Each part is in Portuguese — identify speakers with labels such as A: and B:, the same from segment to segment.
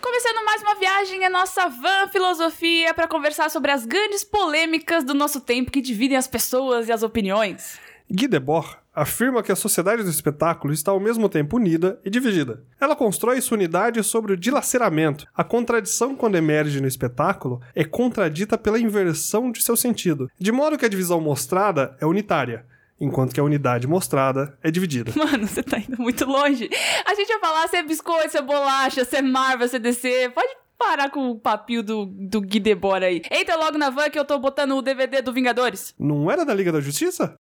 A: Começando mais uma viagem à nossa van filosofia para conversar sobre as grandes polêmicas do nosso tempo que dividem as pessoas e as opiniões.
B: Guy Debord afirma que a sociedade do espetáculo está ao mesmo tempo unida e dividida. Ela constrói sua unidade sobre o dilaceramento. A contradição, quando emerge no espetáculo, é contradita pela inversão de seu sentido, de modo que a divisão mostrada é unitária. Enquanto que a unidade mostrada é dividida.
A: Mano, você tá indo muito longe. A gente vai falar se é biscoito, se é bolacha, se é Marvel, se é DC. Pode parar com o papinho do, do Gui Debora aí. Entra logo na van que eu tô botando o DVD do Vingadores.
B: Não era da Liga da Justiça?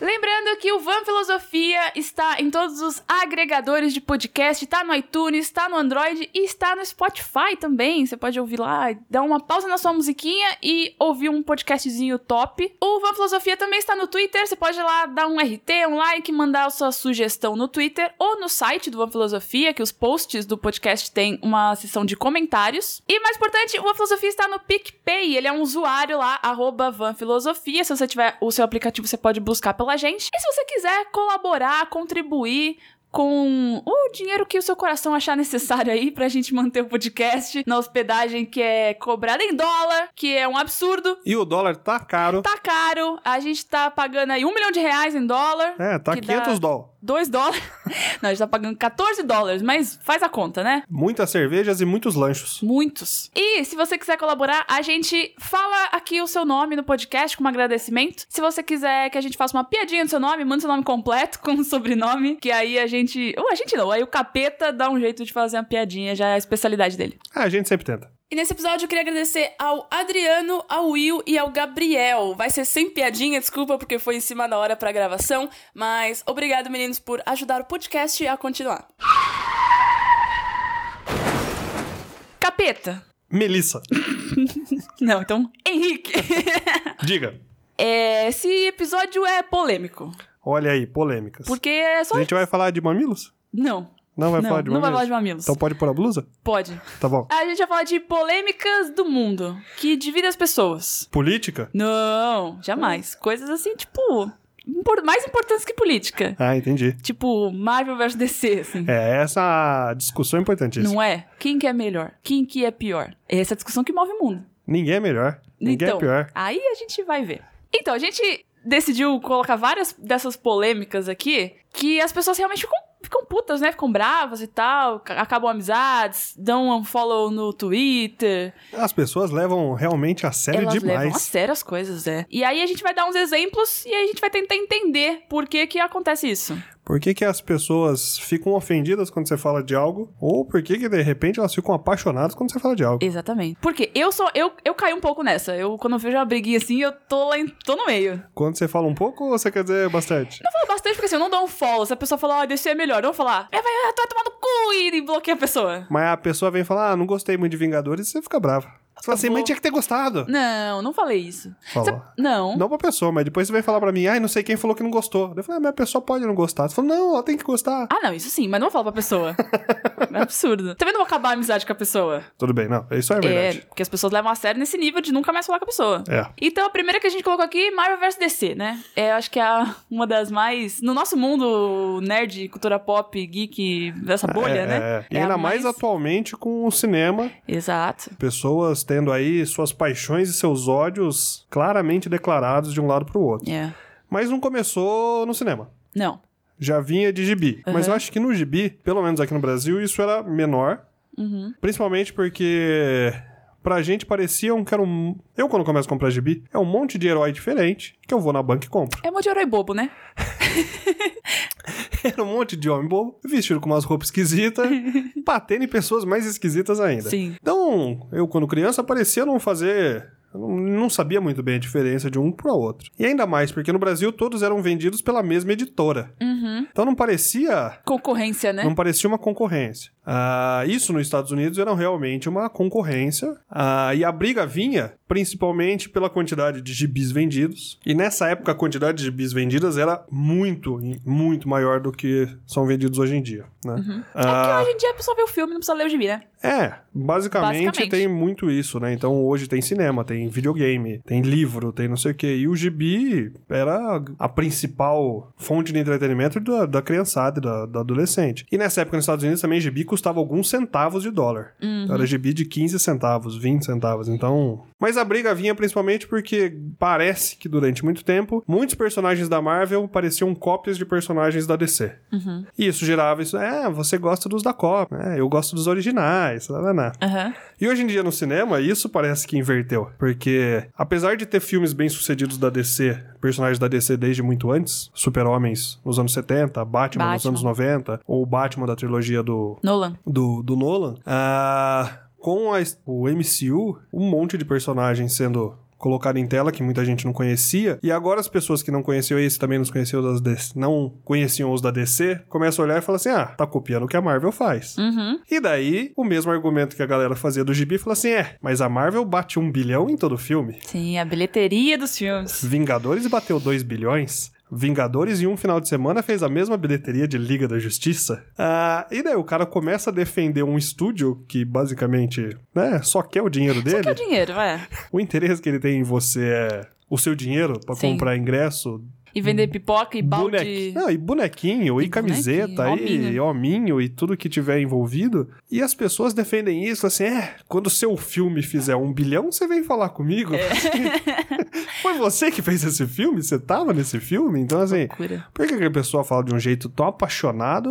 A: Lembrando que o Van Filosofia está em todos os agregadores de podcast, está no iTunes, está no Android e está no Spotify também. Você pode ouvir lá, dar uma pausa na sua musiquinha e ouvir um podcastzinho top. O Van Filosofia também está no Twitter, você pode ir lá dar um RT, um like, mandar a sua sugestão no Twitter ou no site do Van Filosofia, que os posts do podcast têm uma seção de comentários. E mais importante, o Van Filosofia está no PicPay, ele é um usuário lá, arroba Van Filosofia. Se você tiver o seu aplicativo, você pode buscar pela gente. E se você quiser colaborar, contribuir com o dinheiro que o seu coração achar necessário aí pra gente manter o podcast na hospedagem que é cobrada em dólar, que é um absurdo.
B: E o dólar tá caro.
A: Tá caro, a gente tá pagando aí um milhão de reais em dólar.
B: É, tá
A: que dá
B: 500 dólares.
A: 2 dólares. Não, a gente tá pagando 14 dólares, mas faz a conta, né?
B: Muitas cervejas e muitos lanchos.
A: Muitos. E se você quiser colaborar, a gente fala aqui o seu nome no podcast com um agradecimento. Se você quiser que a gente faça uma piadinha do seu nome, manda seu nome completo com o sobrenome, que aí a gente. Ou a gente não, aí o capeta dá um jeito de fazer uma piadinha, já é a especialidade dele.
B: Ah, a gente sempre tenta.
A: E nesse episódio eu queria agradecer ao Adriano, ao Will e ao Gabriel. Vai ser sem piadinha, desculpa, porque foi em cima da hora pra gravação, mas obrigado, meninos, por ajudar o podcast a continuar. Capeta.
B: Melissa,
A: Não, então, Henrique.
B: diga.
A: É, esse episódio é polêmico,
B: Olha aí, polêmicas.
A: porque é só...
B: A gente vai falar de mamilos?
A: Não,
B: Não vai
A: Não,
B: falar de
A: não
B: mamilos?
A: vai falar de mamilos.
B: Então pode pôr a blusa?
A: pode.
B: Tá bom.
A: A gente vai falar de polêmicas do mundo, que divide as pessoas.
B: Política?
A: Não,
B: Hum.
A: jamais. Coisas assim, tipo, impor- mais importantes que política.
B: Ah, entendi.
A: Tipo, Marvel vs DC, assim.
B: É, essa discussão é importantíssima.
A: Não é? Quem que é melhor? Quem que é pior? Essa é a discussão que move o mundo.
B: Ninguém é melhor. Ninguém
A: então,
B: é pior.
A: aí a gente vai ver. Então, a gente decidiu colocar várias dessas polêmicas aqui que as pessoas realmente ficam, ficam putas, né? Ficam bravas e tal, ca- acabam amizades, dão um follow no Twitter.
B: As pessoas levam realmente a sério
A: Elas levam a
B: demais.
A: sério as coisas, é. E aí a gente vai dar uns exemplos e aí a gente vai tentar entender por que que acontece isso.
B: Por que, que as pessoas ficam ofendidas quando você fala de algo? Ou por que, que de repente elas ficam apaixonadas quando você fala de algo?
A: Exatamente. Porque eu sou. Eu, eu caí um pouco nessa. Eu, quando eu vejo uma briguinha assim, eu tô lá em, tô no meio.
B: Quando você fala um pouco, você quer dizer bastante?
A: Eu falo bastante porque assim, eu não dou um follow. Se a pessoa falar, ó, deixei é melhor, eu vou falar, é, vai, é, tu vai tomar no cu e, e bloqueia a pessoa.
B: Mas a pessoa vem falar, ah, não gostei muito de Vingadores, e você fica brava. Você fala assim,
A: vou-
B: mas tinha que ter gostado.
A: Não, não falei isso.
B: Falou.
A: Você- Não.
B: Não pra pessoa, mas depois você vem falar pra mim, ai, não sei quem falou que não gostou. Eu falei, ah, mas a pessoa pode não gostar. Você falou, não, ela tem que gostar.
A: Ah, não, isso sim, mas não vou falar pra pessoa. é absurdo. Também não vou acabar a amizade com a pessoa.
B: Tudo bem, não, isso é
A: É,
B: verdade.
A: porque as pessoas levam a sério nesse nível de nunca mais falar com a pessoa.
B: É.
A: Então, a primeira que a gente colocou aqui, Marvel vs DC, né? É, eu acho que é a- uma das mais. No nosso mundo nerd, cultura pop, geek, dessa bolha,
B: É,
A: né?
B: é. E
A: É a
B: ainda mais...
A: mais-
B: atualmente com o cinema,
A: Exato.
B: pessoas tendo aí suas paixões e seus ódios claramente declarados de um lado pro outro.
A: É.
B: Mas não começou no cinema.
A: Não.
B: Já vinha de gibi. Mas eu acho que no gibi, pelo menos aqui no Brasil, isso era menor. Principalmente porque pra gente parecia um que era um... Eu quando começo a comprar gibi, é um monte de herói diferente que eu vou na banca e compro.
A: É um monte de herói bobo, né?
B: Era um monte de homem bobo, vestido com umas roupas esquisitas, batendo em pessoas mais esquisitas ainda.
A: Sim.
B: Então, eu quando criança parecia não fazer... eu não- Não sabia muito bem a diferença de um para outro. E ainda mais, porque no Brasil todos eram vendidos pela mesma editora. Então não parecia
A: Uhum. Concorrência, né?
B: Não parecia uma concorrência. Ah, isso nos Estados Unidos era realmente uma concorrência. Ah, e a briga vinha principalmente pela quantidade de gibis vendidos. E nessa época a quantidade de gibis vendidas era muito, muito maior do que são vendidos hoje em dia, né?
A: É
B: Ah,
A: que hoje em dia a pessoa vê o filme, não precisa ler o gibi, né?
B: é, basicamente,
A: Basicamente.
B: tem muito isso, né? Então hoje tem cinema, tem videogame, tem livro, tem não sei o quê. E o gibi era a principal fonte de entretenimento da, da criançada e da, da adolescente. E nessa época nos Estados Unidos também gibi custava alguns centavos de dólar. Então, era gibi de 15 centavos, 20 centavos. Então. Mas a briga vinha principalmente porque parece que durante muito tempo muitos personagens da Marvel pareciam cópias de personagens da DC.
A: Uhum.
B: E isso gerava isso, é, você gosta dos da Copa, né? Eu gosto dos originais, lá, lá, lá.
A: Aham.
B: E hoje em dia no cinema, isso parece que inverteu. Porque, apesar de ter filmes bem-sucedidos da DC, personagens da DC desde muito antes, Super-Homens nos anos 70, Batman, nos
A: Batman.
B: anos 90, ou o Batman da trilogia do,
A: Nolan.
B: do, do Nolan, ah, com a es- o MCU, um monte de personagens sendo colocado em tela que muita gente não conhecia e agora as pessoas que não conheciam esse também não conheciam das DC, não conheciam os da DC começam a olhar e falam assim ah tá copiando o que a Marvel faz
A: Uhum.
B: e daí o mesmo argumento que a galera fazia do Gibi fala assim é mas a Marvel bate um bilhão em todo filme
A: Sim, a bilheteria dos filmes.
B: Vingadores bateu 2 bilhões. Vingadores em um final de semana fez a mesma bilheteria de Liga da Justiça. Ah, e daí o cara começa a defender um estúdio que basicamente, né, só quer o dinheiro
A: Só que é o
B: dele.
A: dinheiro, vai.
B: O interesse que ele tem em você é o seu dinheiro pra
A: Sim.
B: comprar ingresso,
A: E vender pipoca e balde.
B: Bonequi- Não, e bonequinho, e,
A: E
B: camiseta,
A: bonequinho,
B: e hominho, e tudo que tiver envolvido. E as pessoas defendem isso, assim, é, quando o seu filme fizer um bilhão, você vem falar comigo.
A: É.
B: Foi você que fez esse filme? Você tava nesse filme? Então, assim,
A: Loucura.
B: por que que a pessoa fala de um jeito tão apaixonado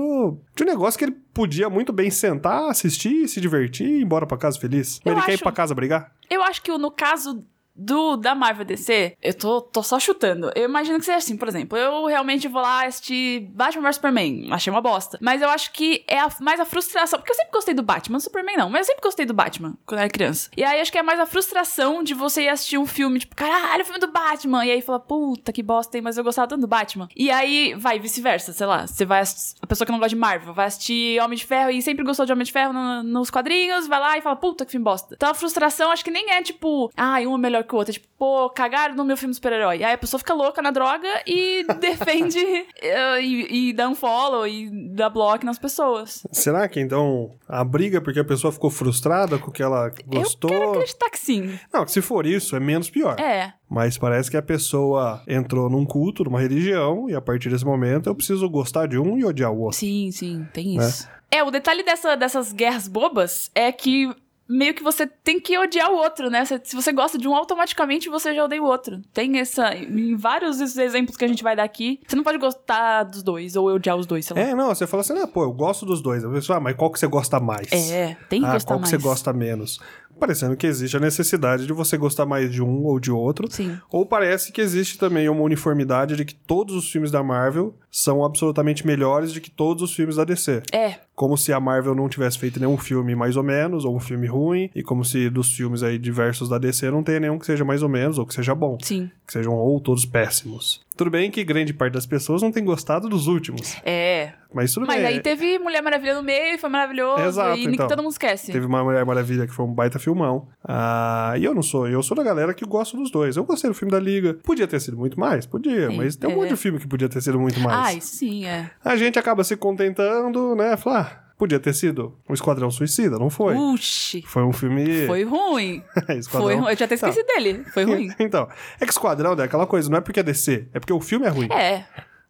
B: de um negócio que ele podia muito bem sentar, assistir, se divertir e ir embora pra casa feliz? Mas
A: Eu
B: ele quer ir
A: acho-
B: pra casa brigar?
A: Eu acho que no caso do da Marvel DC, eu tô, tô só chutando. Eu imagino que seja assim, por exemplo, eu realmente vou lá assistir Batman vs Superman, achei uma bosta. Mas eu acho que é a- mais a frustração, porque eu sempre gostei do Batman, Superman não, mas eu sempre gostei do Batman quando eu era criança. E aí acho que é mais a frustração de você ir assistir um filme, tipo, caralho, o filme do Batman, e aí fala, puta que bosta, hein, mas eu gostava tanto do Batman. E aí vai vice-versa, sei lá, você vai ass- a pessoa que não gosta de Marvel, vai assistir Homem de Ferro e sempre gostou de Homem de Ferro no- nos quadrinhos, vai lá e fala, puta que filme bosta. Então a frustração acho que nem é tipo, ai, um é melhor que o outro. É tipo, pô, cagaram no meu filme de super-herói. Aí a pessoa fica louca na droga e defende eh, e, e dá um follow e dá bloco nas pessoas.
B: Será que então a briga é porque a pessoa ficou frustrada com o que ela gostou?
A: Eu quero acreditar que sim.
B: Não, se for isso, é menos pior.
A: É.
B: Mas parece que a pessoa entrou num culto, numa religião, e a partir desse momento eu preciso gostar de um e odiar o outro.
A: Sim, sim, tem
B: Né?
A: isso. É, o detalhe dessa, dessas guerras bobas é que meio que você tem que odiar o outro, né? Você- se você gosta de um, automaticamente você já odeia o outro. Tem essa. Em vários esses exemplos que a gente vai dar aqui, você não pode gostar dos dois ou odiar os dois, sei lá.
B: É, não, você fala assim, ah, pô, eu gosto dos dois. A pessoa, ah, mas qual que você gosta mais?
A: É, tem que
B: ah,
A: gostar
B: qual
A: mais.
B: que você gosta menos? Parecendo que existe a necessidade de você gostar mais de um ou de outro.
A: Sim.
B: Ou parece que existe também uma uniformidade de que todos os filmes da Marvel são absolutamente melhores do que todos os filmes da DC.
A: É,
B: Como se a Marvel não tivesse feito nenhum filme mais ou menos, ou um filme ruim, e como se dos filmes aí diversos da DC não tenha nenhum que seja mais ou menos, ou que seja bom.
A: sim.
B: Que sejam ou todos péssimos. Tudo bem que grande parte das pessoas não tem gostado dos últimos,
A: É.
B: mas tudo
A: Mas
B: bem.
A: aí teve Mulher Maravilha no meio, foi maravilhoso.
B: Exato,
A: e nem
B: então.
A: que todo mundo esquece.
B: Teve uma Mulher Maravilha que foi um baita filmão. Ah, e eu não sou, eu sou da galera que gosta dos dois. Eu gostei do filme da Liga. Podia ter sido muito mais, podia,
A: Sim,
B: mas tem um
A: é.
B: monte de filme que podia ter sido muito mais.
A: Ai, sim, é.
B: A gente acaba se contentando, né? Falar, ah, podia ter sido um Esquadrão Suicida, não foi?
A: Puxe.
B: Foi um filme.
A: Uh. Foi ruim.
B: É, Esquadrão. Tá.
A: Foi ruim. Eu já até esqueci dele. Foi ruim.
B: Então, é que Esquadrão né, é aquela coisa, não é porque é DC, é porque o filme é ruim.
A: É,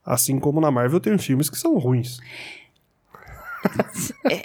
B: Assim como na Marvel tem filmes que são ruins.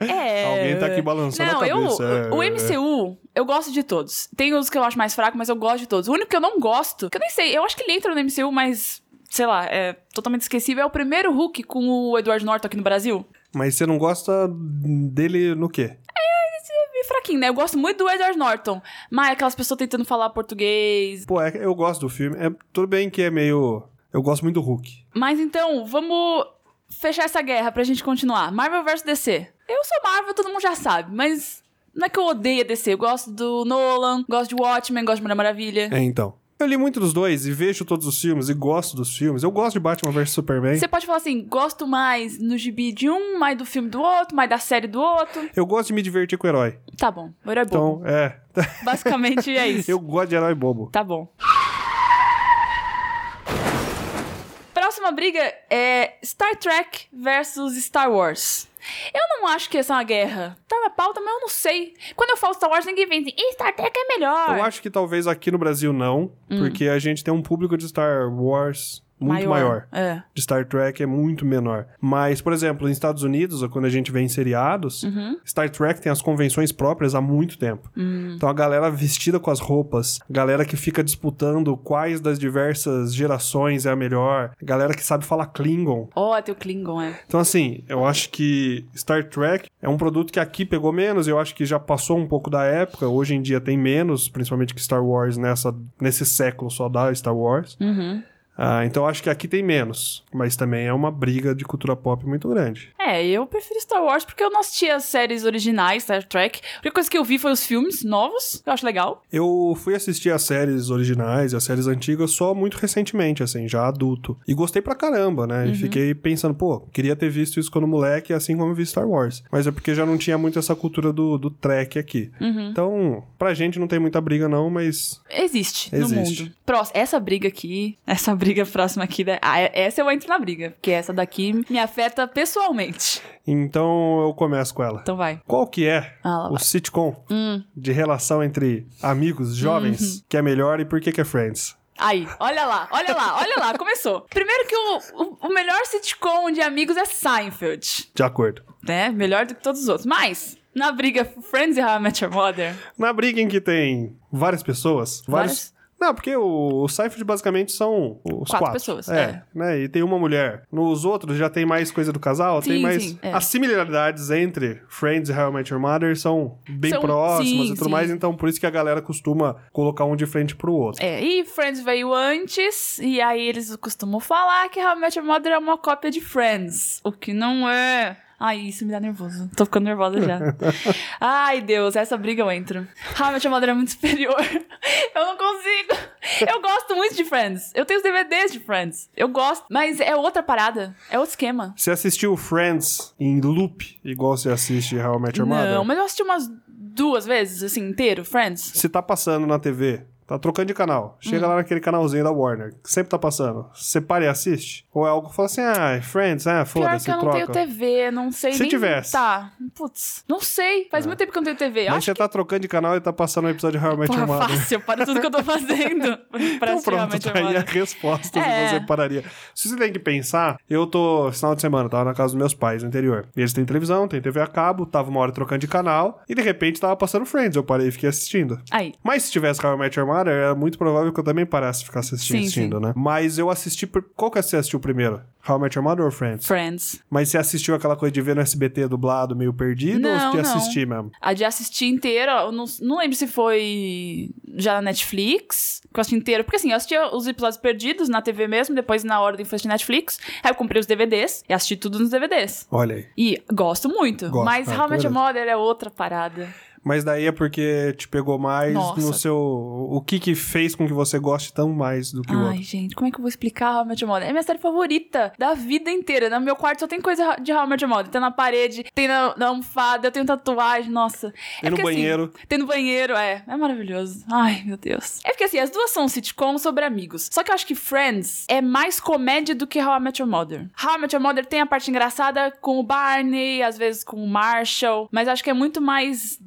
A: É.
B: Alguém tá aqui balançando
A: não,
B: a cabeça.
A: Eu, o
B: é,
A: MCU, eu gosto de todos. Tem os que eu acho mais fraco, mas eu gosto de todos. O único que eu não gosto, que eu nem sei, eu acho que ele entra no MCU, mas. Sei lá, é totalmente esquecível. É o primeiro Hulk com o Edward Norton aqui no Brasil.
B: Mas você não gosta dele no quê?
A: É meio fraquinho, né? Eu gosto muito do Edward Norton. Mas aquelas pessoas tentando falar português.
B: Pô, é, que eu gosto do filme. É, tudo bem que é meio. Eu gosto muito do Hulk.
A: Mas então, vamos fechar essa guerra pra gente continuar. Marvel vs DC. Eu sou Marvel, todo mundo já sabe, mas. Não é que eu odeio a DC. Eu gosto do Nolan, gosto de Watchmen, gosto de Mulher Maravilha.
B: É, então. Eu li muito dos dois e vejo todos os filmes e gosto dos filmes. Eu gosto de Batman vs Superman.
A: Você pode falar assim, gosto mais no gibi de um, mais do filme do outro, mais da série do outro.
B: Eu gosto de me divertir com o herói.
A: Tá bom, o herói é bom.
B: Então, é.
A: Basicamente é isso.
B: Eu gosto de herói bobo.
A: Tá bom. Próxima briga é Star Trek versus Star Wars. Eu não acho que essa é uma guerra. Tá na pauta, mas eu não sei. Quando eu falo Star Wars, ninguém vem assim, "Ih, Star Trek é melhor.
B: Eu acho que talvez aqui no Brasil não, porque a gente tem um público de Star Wars muito maior.
A: É.
B: De Star Trek é muito menor. Mas, por exemplo, nos Estados Unidos, ou quando a gente vê em seriados,
A: Hum. Uhum.
B: Star Trek tem as convenções próprias há muito tempo.
A: Hum.
B: Então a galera vestida com as roupas, a galera que fica disputando quais das diversas gerações é a melhor, a galera que sabe falar Klingon.
A: Ó, tem o Klingon, é.
B: Então, assim, eu acho que Star Trek é um produto que aqui pegou menos, eu acho que já passou um pouco da época, hoje em dia tem menos, principalmente que Star Wars nessa, nesse século só dá Star Wars.
A: Uhum.
B: Ah, então acho que aqui tem menos, mas também é uma briga de cultura pop muito grande.
A: É, eu prefiro Star Wars porque eu não assisti as séries originais, Star Trek. A única coisa que eu vi foi os filmes novos, que eu acho legal.
B: Eu fui assistir as séries originais, as séries antigas, só muito recentemente, assim, já adulto. E gostei pra caramba, né? E fiquei pensando, pô, queria ter visto isso quando moleque, assim como eu vi Star Wars. Mas é porque já não tinha muito essa cultura do, do track aqui. Então, pra gente não tem muita briga não, mas
A: Existe, no
B: Existe.
A: mundo. Próximo, essa briga aqui, essa briga próxima aqui, né? Ah, é- essa eu entro na briga, porque essa daqui me afeta pessoalmente.
B: então eu começo com ela.
A: Então vai.
B: Qual que é
A: Ah, lá Hum.
B: o sitcom de relação entre amigos
A: Uhum.
B: jovens que é melhor e por que que é Friends?
A: Aí, olha lá, olha lá, olha lá, começou. Primeiro que o, o, o melhor sitcom de amigos é Seinfeld,
B: De acordo.
A: né? Melhor do que todos os outros. Mas, na briga Friends e How I Met Your Mother,
B: Na briga em que tem várias pessoas, vários. Não, porque o, o Seinfeld basicamente são os
A: Quatro
B: quatro.
A: pessoas, é.
B: É, né? E tem uma mulher. Nos outros já tem mais coisa do casal,
A: Sim,
B: tem mais.
A: sim, é.
B: As similaridades entre Friends e How I Met Your Mother são bem
A: São-
B: próximas
A: sim,
B: e tudo
A: sim.
B: mais, então por isso que a galera costuma colocar um de frente pro outro.
A: É, e Friends veio antes, e aí eles costumam falar que How I Met Your Mother é uma cópia de Friends, o que não é. Ai, isso me dá nervoso. Tô ficando nervosa já. Ai, Deus, essa briga eu entro. How I Met Your Mother é muito superior. Eu não consigo. Eu gosto muito de Friends. Eu tenho os DVDs de Friends. Eu gosto, mas é outra parada. É outro esquema.
B: Você assistiu Friends em loop, igual você assiste How I Met Your
A: Não,
B: Mother?
A: mas eu assisti umas duas vezes, assim, inteiro, Friends.
B: Se tá passando na TV, tá trocando de canal, chega
A: Hum.
B: lá naquele canalzinho da Warner, que sempre tá passando, você para e assiste? Ou é algo que fala assim, ah, Friends, ah,
A: Pior
B: foda-se,
A: que eu não
B: troca.
A: tenho TV, não sei
B: Se
A: nem...
B: tivesse. É.
A: Tá, putz, não sei. Faz muito tempo que eu não tenho TV. Eu
B: Mas
A: acho
B: você tá trocando de canal e tá passando o episódio de How I Met
A: Porra,
B: Your Mother.
A: fácil, para tudo que eu tô fazendo. pra
B: Então
A: assistir
B: pronto,
A: realmente
B: tá aí a resposta
A: É.
B: se você pararia. Se você tem que pensar, eu tô esse final de semana, tava na casa dos meus pais no interior. E eles têm televisão, têm TV a cabo, tava uma hora trocando de canal, e de repente tava passando Friends, eu parei e fiquei assistindo.
A: Aí.
B: Mas se tivesse How I Met Your Mother, era muito provável que eu também parasse de ficar assistindo,
A: Sim,
B: assistindo, né? Mas eu assisti... Por... Qual que é, você assistiu primeiro? How I Met Your Mother ou Friends?
A: Friends.
B: Mas você assistiu aquela coisa de ver no SBT dublado, meio perdido,
A: Não,
B: ou de
A: não.
B: assistir mesmo?
A: A de assistir inteira, eu não, não lembro se foi já na Netflix, que eu assisti inteiro. Porque assim, eu assistia os episódios perdidos na TV mesmo, depois na ordem foi assistir Netflix. Aí eu comprei os DVDs e assisti tudo nos DVDs.
B: Olha aí.
A: E gosto muito.
B: Gosto,
A: mas
B: ah,
A: How I Met Your
B: beleza.
A: Mother é outra parada.
B: Mas daí é porque te pegou mais
A: Nossa.
B: no seu. O que que fez com que você goste tão mais do que o
A: Ai,
B: outro?
A: gente, como é que eu vou explicar How I Met Your Mother? É minha série favorita da vida inteira. No meu quarto só tem coisa de How I Met Your Mother. Tem na parede, tem na, na almofada, eu tenho tatuagem, nossa.
B: Tem no
A: porque, assim,
B: banheiro.
A: tem no banheiro, é. É maravilhoso. Ai, meu Deus. É porque assim, as duas são sitcoms sobre amigos. Só que eu acho que Friends é mais comédia do que How I Met Your Mother. How I Met Your Mother tem a parte engraçada com o Barney, às vezes com o Marshall, mas acho que é muito mais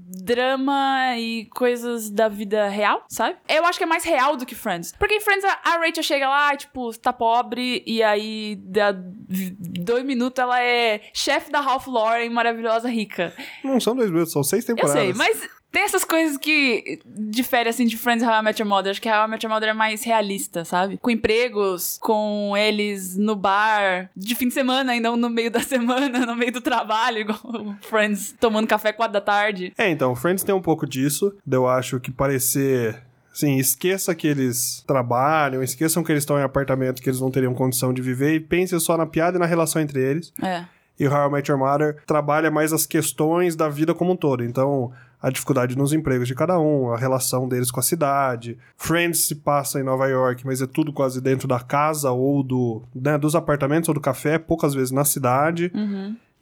A: drama e coisas da vida real, sabe? Eu acho que é mais real do que Friends. Porque em Friends a, a Rachel chega lá, tipo, tá pobre e aí dá v- dois minutos ela é chefe da Ralph Lauren, maravilhosa, rica.
B: Não são dois minutos, são seis
A: Eu
B: temporadas.
A: sei, mas tem essas coisas que diferem, assim, de Friends e How I Met Your Mother. Acho que How I Met Your Mother é mais realista, sabe? Com empregos, com eles no bar, de fim de semana, ainda no meio da semana, no meio do trabalho, igual o Friends tomando café quatro da tarde.
B: É, então, Friends tem um pouco disso. Eu acho que parecer. Assim, esqueça que eles trabalham, esqueçam que eles estão em apartamento que eles não teriam condição de viver e pense só na piada e na relação entre eles.
A: É.
B: E How I Met Your Mother trabalha mais as questões da vida como um todo. Então, a dificuldade nos empregos de cada um, a relação deles com a cidade. Friends se passa em Nova York, mas é tudo quase dentro da casa ou do, né, dos apartamentos ou do café, poucas vezes na cidade.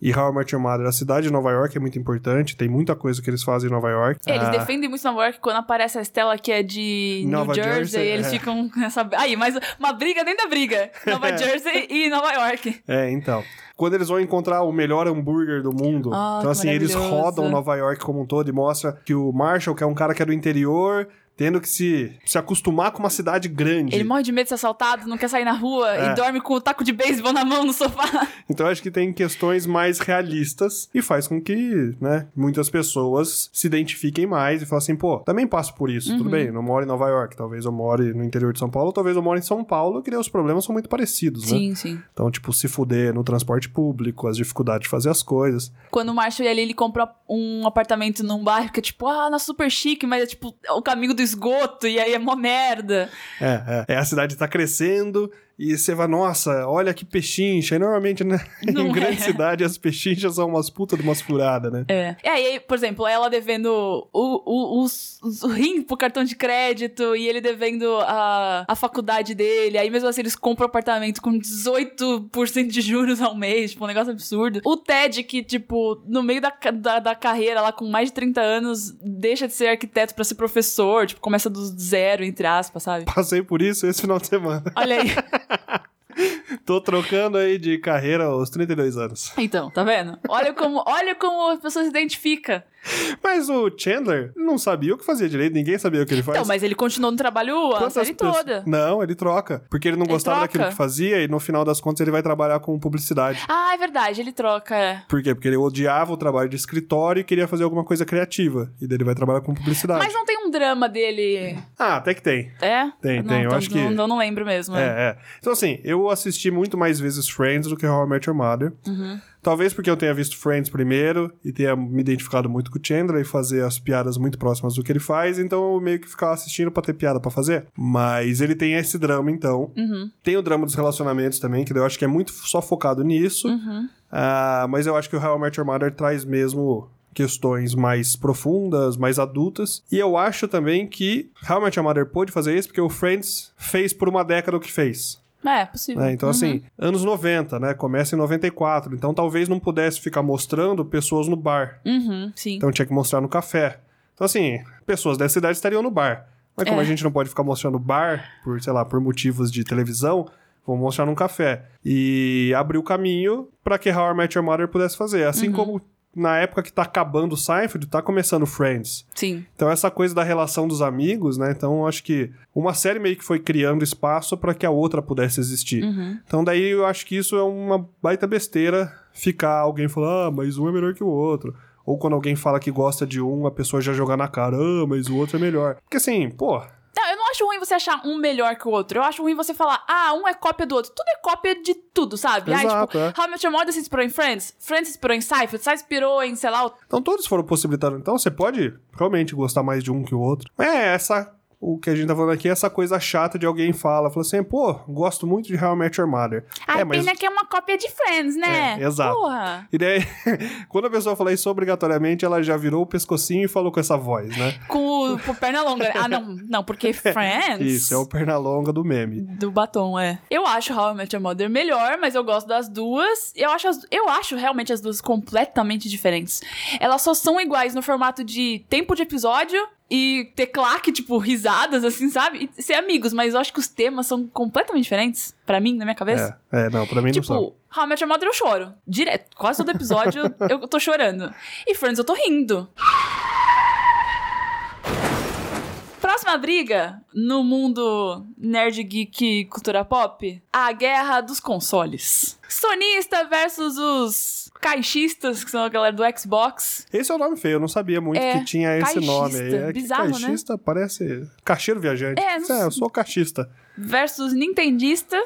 B: E How I Met Your Mother, a cidade de Nova York é muito importante, tem muita coisa que eles fazem em Nova York.
A: É, Eles
B: Ah,
A: defendem muito Nova York quando aparece a Estela que é de
B: Nova
A: New Jersey,
B: Jersey,
A: eles
B: é.
A: ficam nessa. Aí, mas uma briga dentro da briga. Nova Jersey e Nova York.
B: É, então. Quando eles vão encontrar o melhor hambúrguer do mundo.
A: Ah,
B: então,
A: que
B: assim, eles
A: maravilhoso.
B: rodam Nova York como um todo e mostra que o Marshall, que é um cara que é do interior, tendo que se, se acostumar com uma cidade grande.
A: Ele morre de medo de ser assaltado, não quer sair na rua
B: É.
A: e dorme com o taco de beisebol na mão no sofá.
B: Então eu acho que tem questões mais realistas e faz com que, né, muitas pessoas se identifiquem mais e falem assim, pô, também passo por isso,
A: Uhum.
B: tudo bem, eu não moro em Nova York, talvez eu more no interior de São Paulo, talvez eu more em São Paulo, que daí os problemas são muito parecidos, né?
A: sim.
B: Então, tipo, se fuder no transporte público, as dificuldades de fazer as coisas.
A: Quando o Marshall e a Lily compram um apartamento num bairro que é tipo, ah, nossa, super chique, mas é tipo é o caminho do esgoto e aí é mó merda.
B: É, é. É, a cidade tá crescendo e você vai, nossa, olha que pechincha. E normalmente, né, em
A: Não
B: grande
A: é.
B: cidade, as pechinchas são umas putas de umas furadas, né?
A: É. E aí, por exemplo, ela devendo o, o, os, os- o rim pro cartão de crédito e ele devendo a, a faculdade dele. Aí mesmo assim eles compram apartamento com 18% de juros ao mês, tipo, um negócio absurdo. O Ted, que, tipo, no meio da, ca- da, da carreira, lá com mais de 30 anos, deixa de ser arquiteto pra ser professor, tipo, começa do zero, entre aspas, sabe?
B: Passei por isso esse final de semana.
A: Olha aí.
B: Tô trocando aí de carreira aos 32 anos.
A: Então, tá vendo? Olha como, olha como as pessoas se identificam.
B: Mas o Chandler não sabia o que fazia direito, ninguém sabia o que ele faz.
A: Então, mas ele continuou no trabalho a
B: Quantas
A: série
B: pessoas-
A: toda.
B: Não, ele troca. Porque ele não
A: Ele
B: gostava
A: troca?
B: daquilo que fazia e no final das contas ele vai trabalhar com publicidade.
A: Ah, é verdade, ele troca. é.
B: Por quê? Porque ele odiava o trabalho de escritório e queria fazer alguma coisa criativa. E daí ele vai trabalhar com publicidade.
A: Mas não tem um drama dele.
B: Ah, até que tem.
A: É?
B: Tem,
A: não,
B: tem, eu
A: então,
B: acho que-
A: Não, não lembro mesmo. né?
B: É, é. Então, assim, eu assisti muito mais vezes Friends do que How I Met Your Mother. Talvez porque eu tenha visto Friends primeiro e tenha me identificado muito com o Chandler e fazer as piadas muito próximas do que ele faz, então eu meio que ficava assistindo pra ter piada pra fazer. Mas ele tem esse drama, então. Tem o drama dos relacionamentos também, que eu acho que é muito só focado nisso. Ah, mas eu acho que o How I Met Your Mother traz mesmo questões mais profundas, mais adultas. E eu acho também que How I Met Your Mother pôde fazer isso porque o Friends fez por uma década o que fez.
A: É, possível.
B: né? Então, assim, anos 90, né? Começa em 94. Então, talvez não pudesse ficar mostrando pessoas no bar.
A: Uhum, sim.
B: Então, tinha que mostrar no café. Então, assim, pessoas dessa idade estariam no bar. Mas como
A: É.
B: a gente não pode ficar mostrando bar por, sei lá, por motivos de televisão, vamos mostrar num café. E abriu o caminho pra que How I Met Your Mother pudesse fazer. Assim como na época que tá acabando o Seinfeld, tá começando Friends.
A: Sim.
B: Então, essa coisa da relação dos amigos, né? Então, eu acho que uma série meio que foi criando espaço para que a outra pudesse existir.
A: uhum.
B: Então, daí eu acho que isso é uma baita besteira ficar alguém falando, ah, mas um é melhor que o outro. Ou quando alguém fala que gosta de um, a pessoa já jogar na cara, ah, mas o outro é melhor. Porque assim, pô,
A: Não, eu não acho ruim você achar um melhor que o outro. Eu acho ruim você falar, ah, um é cópia do outro. Tudo é cópia de tudo, sabe? ah,
B: Exato,
A: tipo,
B: é.
A: How I Met Your Mother se inspirou em Friends, Friends se inspirou em Seinfeld, Seinfeld se inspirou em, sei lá, o...
B: então todos foram possibilitados. Então, você pode realmente gostar mais de um que o outro. É essa. O que a gente tá falando aqui é essa coisa chata de alguém fala, fala assim, pô, gosto muito de How I Met Your Mother.
A: Ah,
B: é, mas
A: pena que é uma cópia de Friends, né?
B: É, exato.
A: Porra.
B: E daí, quando a pessoa fala isso obrigatoriamente, ela já virou o pescocinho e falou com essa voz, né?
A: Com o com perna longa. Ah, não, não, porque Friends...
B: Isso, é o pernalonga do meme.
A: Do batom, é. Eu acho How I Met Your Mother melhor, mas eu gosto das duas. Eu acho, as- eu acho realmente as duas completamente diferentes. Elas só são iguais no formato de tempo de episódio e ter claque, tipo, risadas, assim, sabe? E ser amigos, mas eu acho que os temas são completamente diferentes, pra mim, na minha cabeça.
B: É, é, não, pra mim não são.
A: Tipo, How I Met Your Mother eu choro. Direto. Quase todo episódio eu tô chorando. E Friends eu tô rindo. Próxima briga no mundo nerd geek cultura pop, a guerra dos consoles. Sonista versus os caixistas, que são a galera do Xbox.
B: Esse é o nome feio, eu não sabia muito
A: É,
B: que tinha esse
A: caixista.
B: nome aí. É que
A: Bizarro, né?
B: caixista parece caixeiro viajante.
A: É, não-
B: eu sou caixista.
A: Versus Nintendista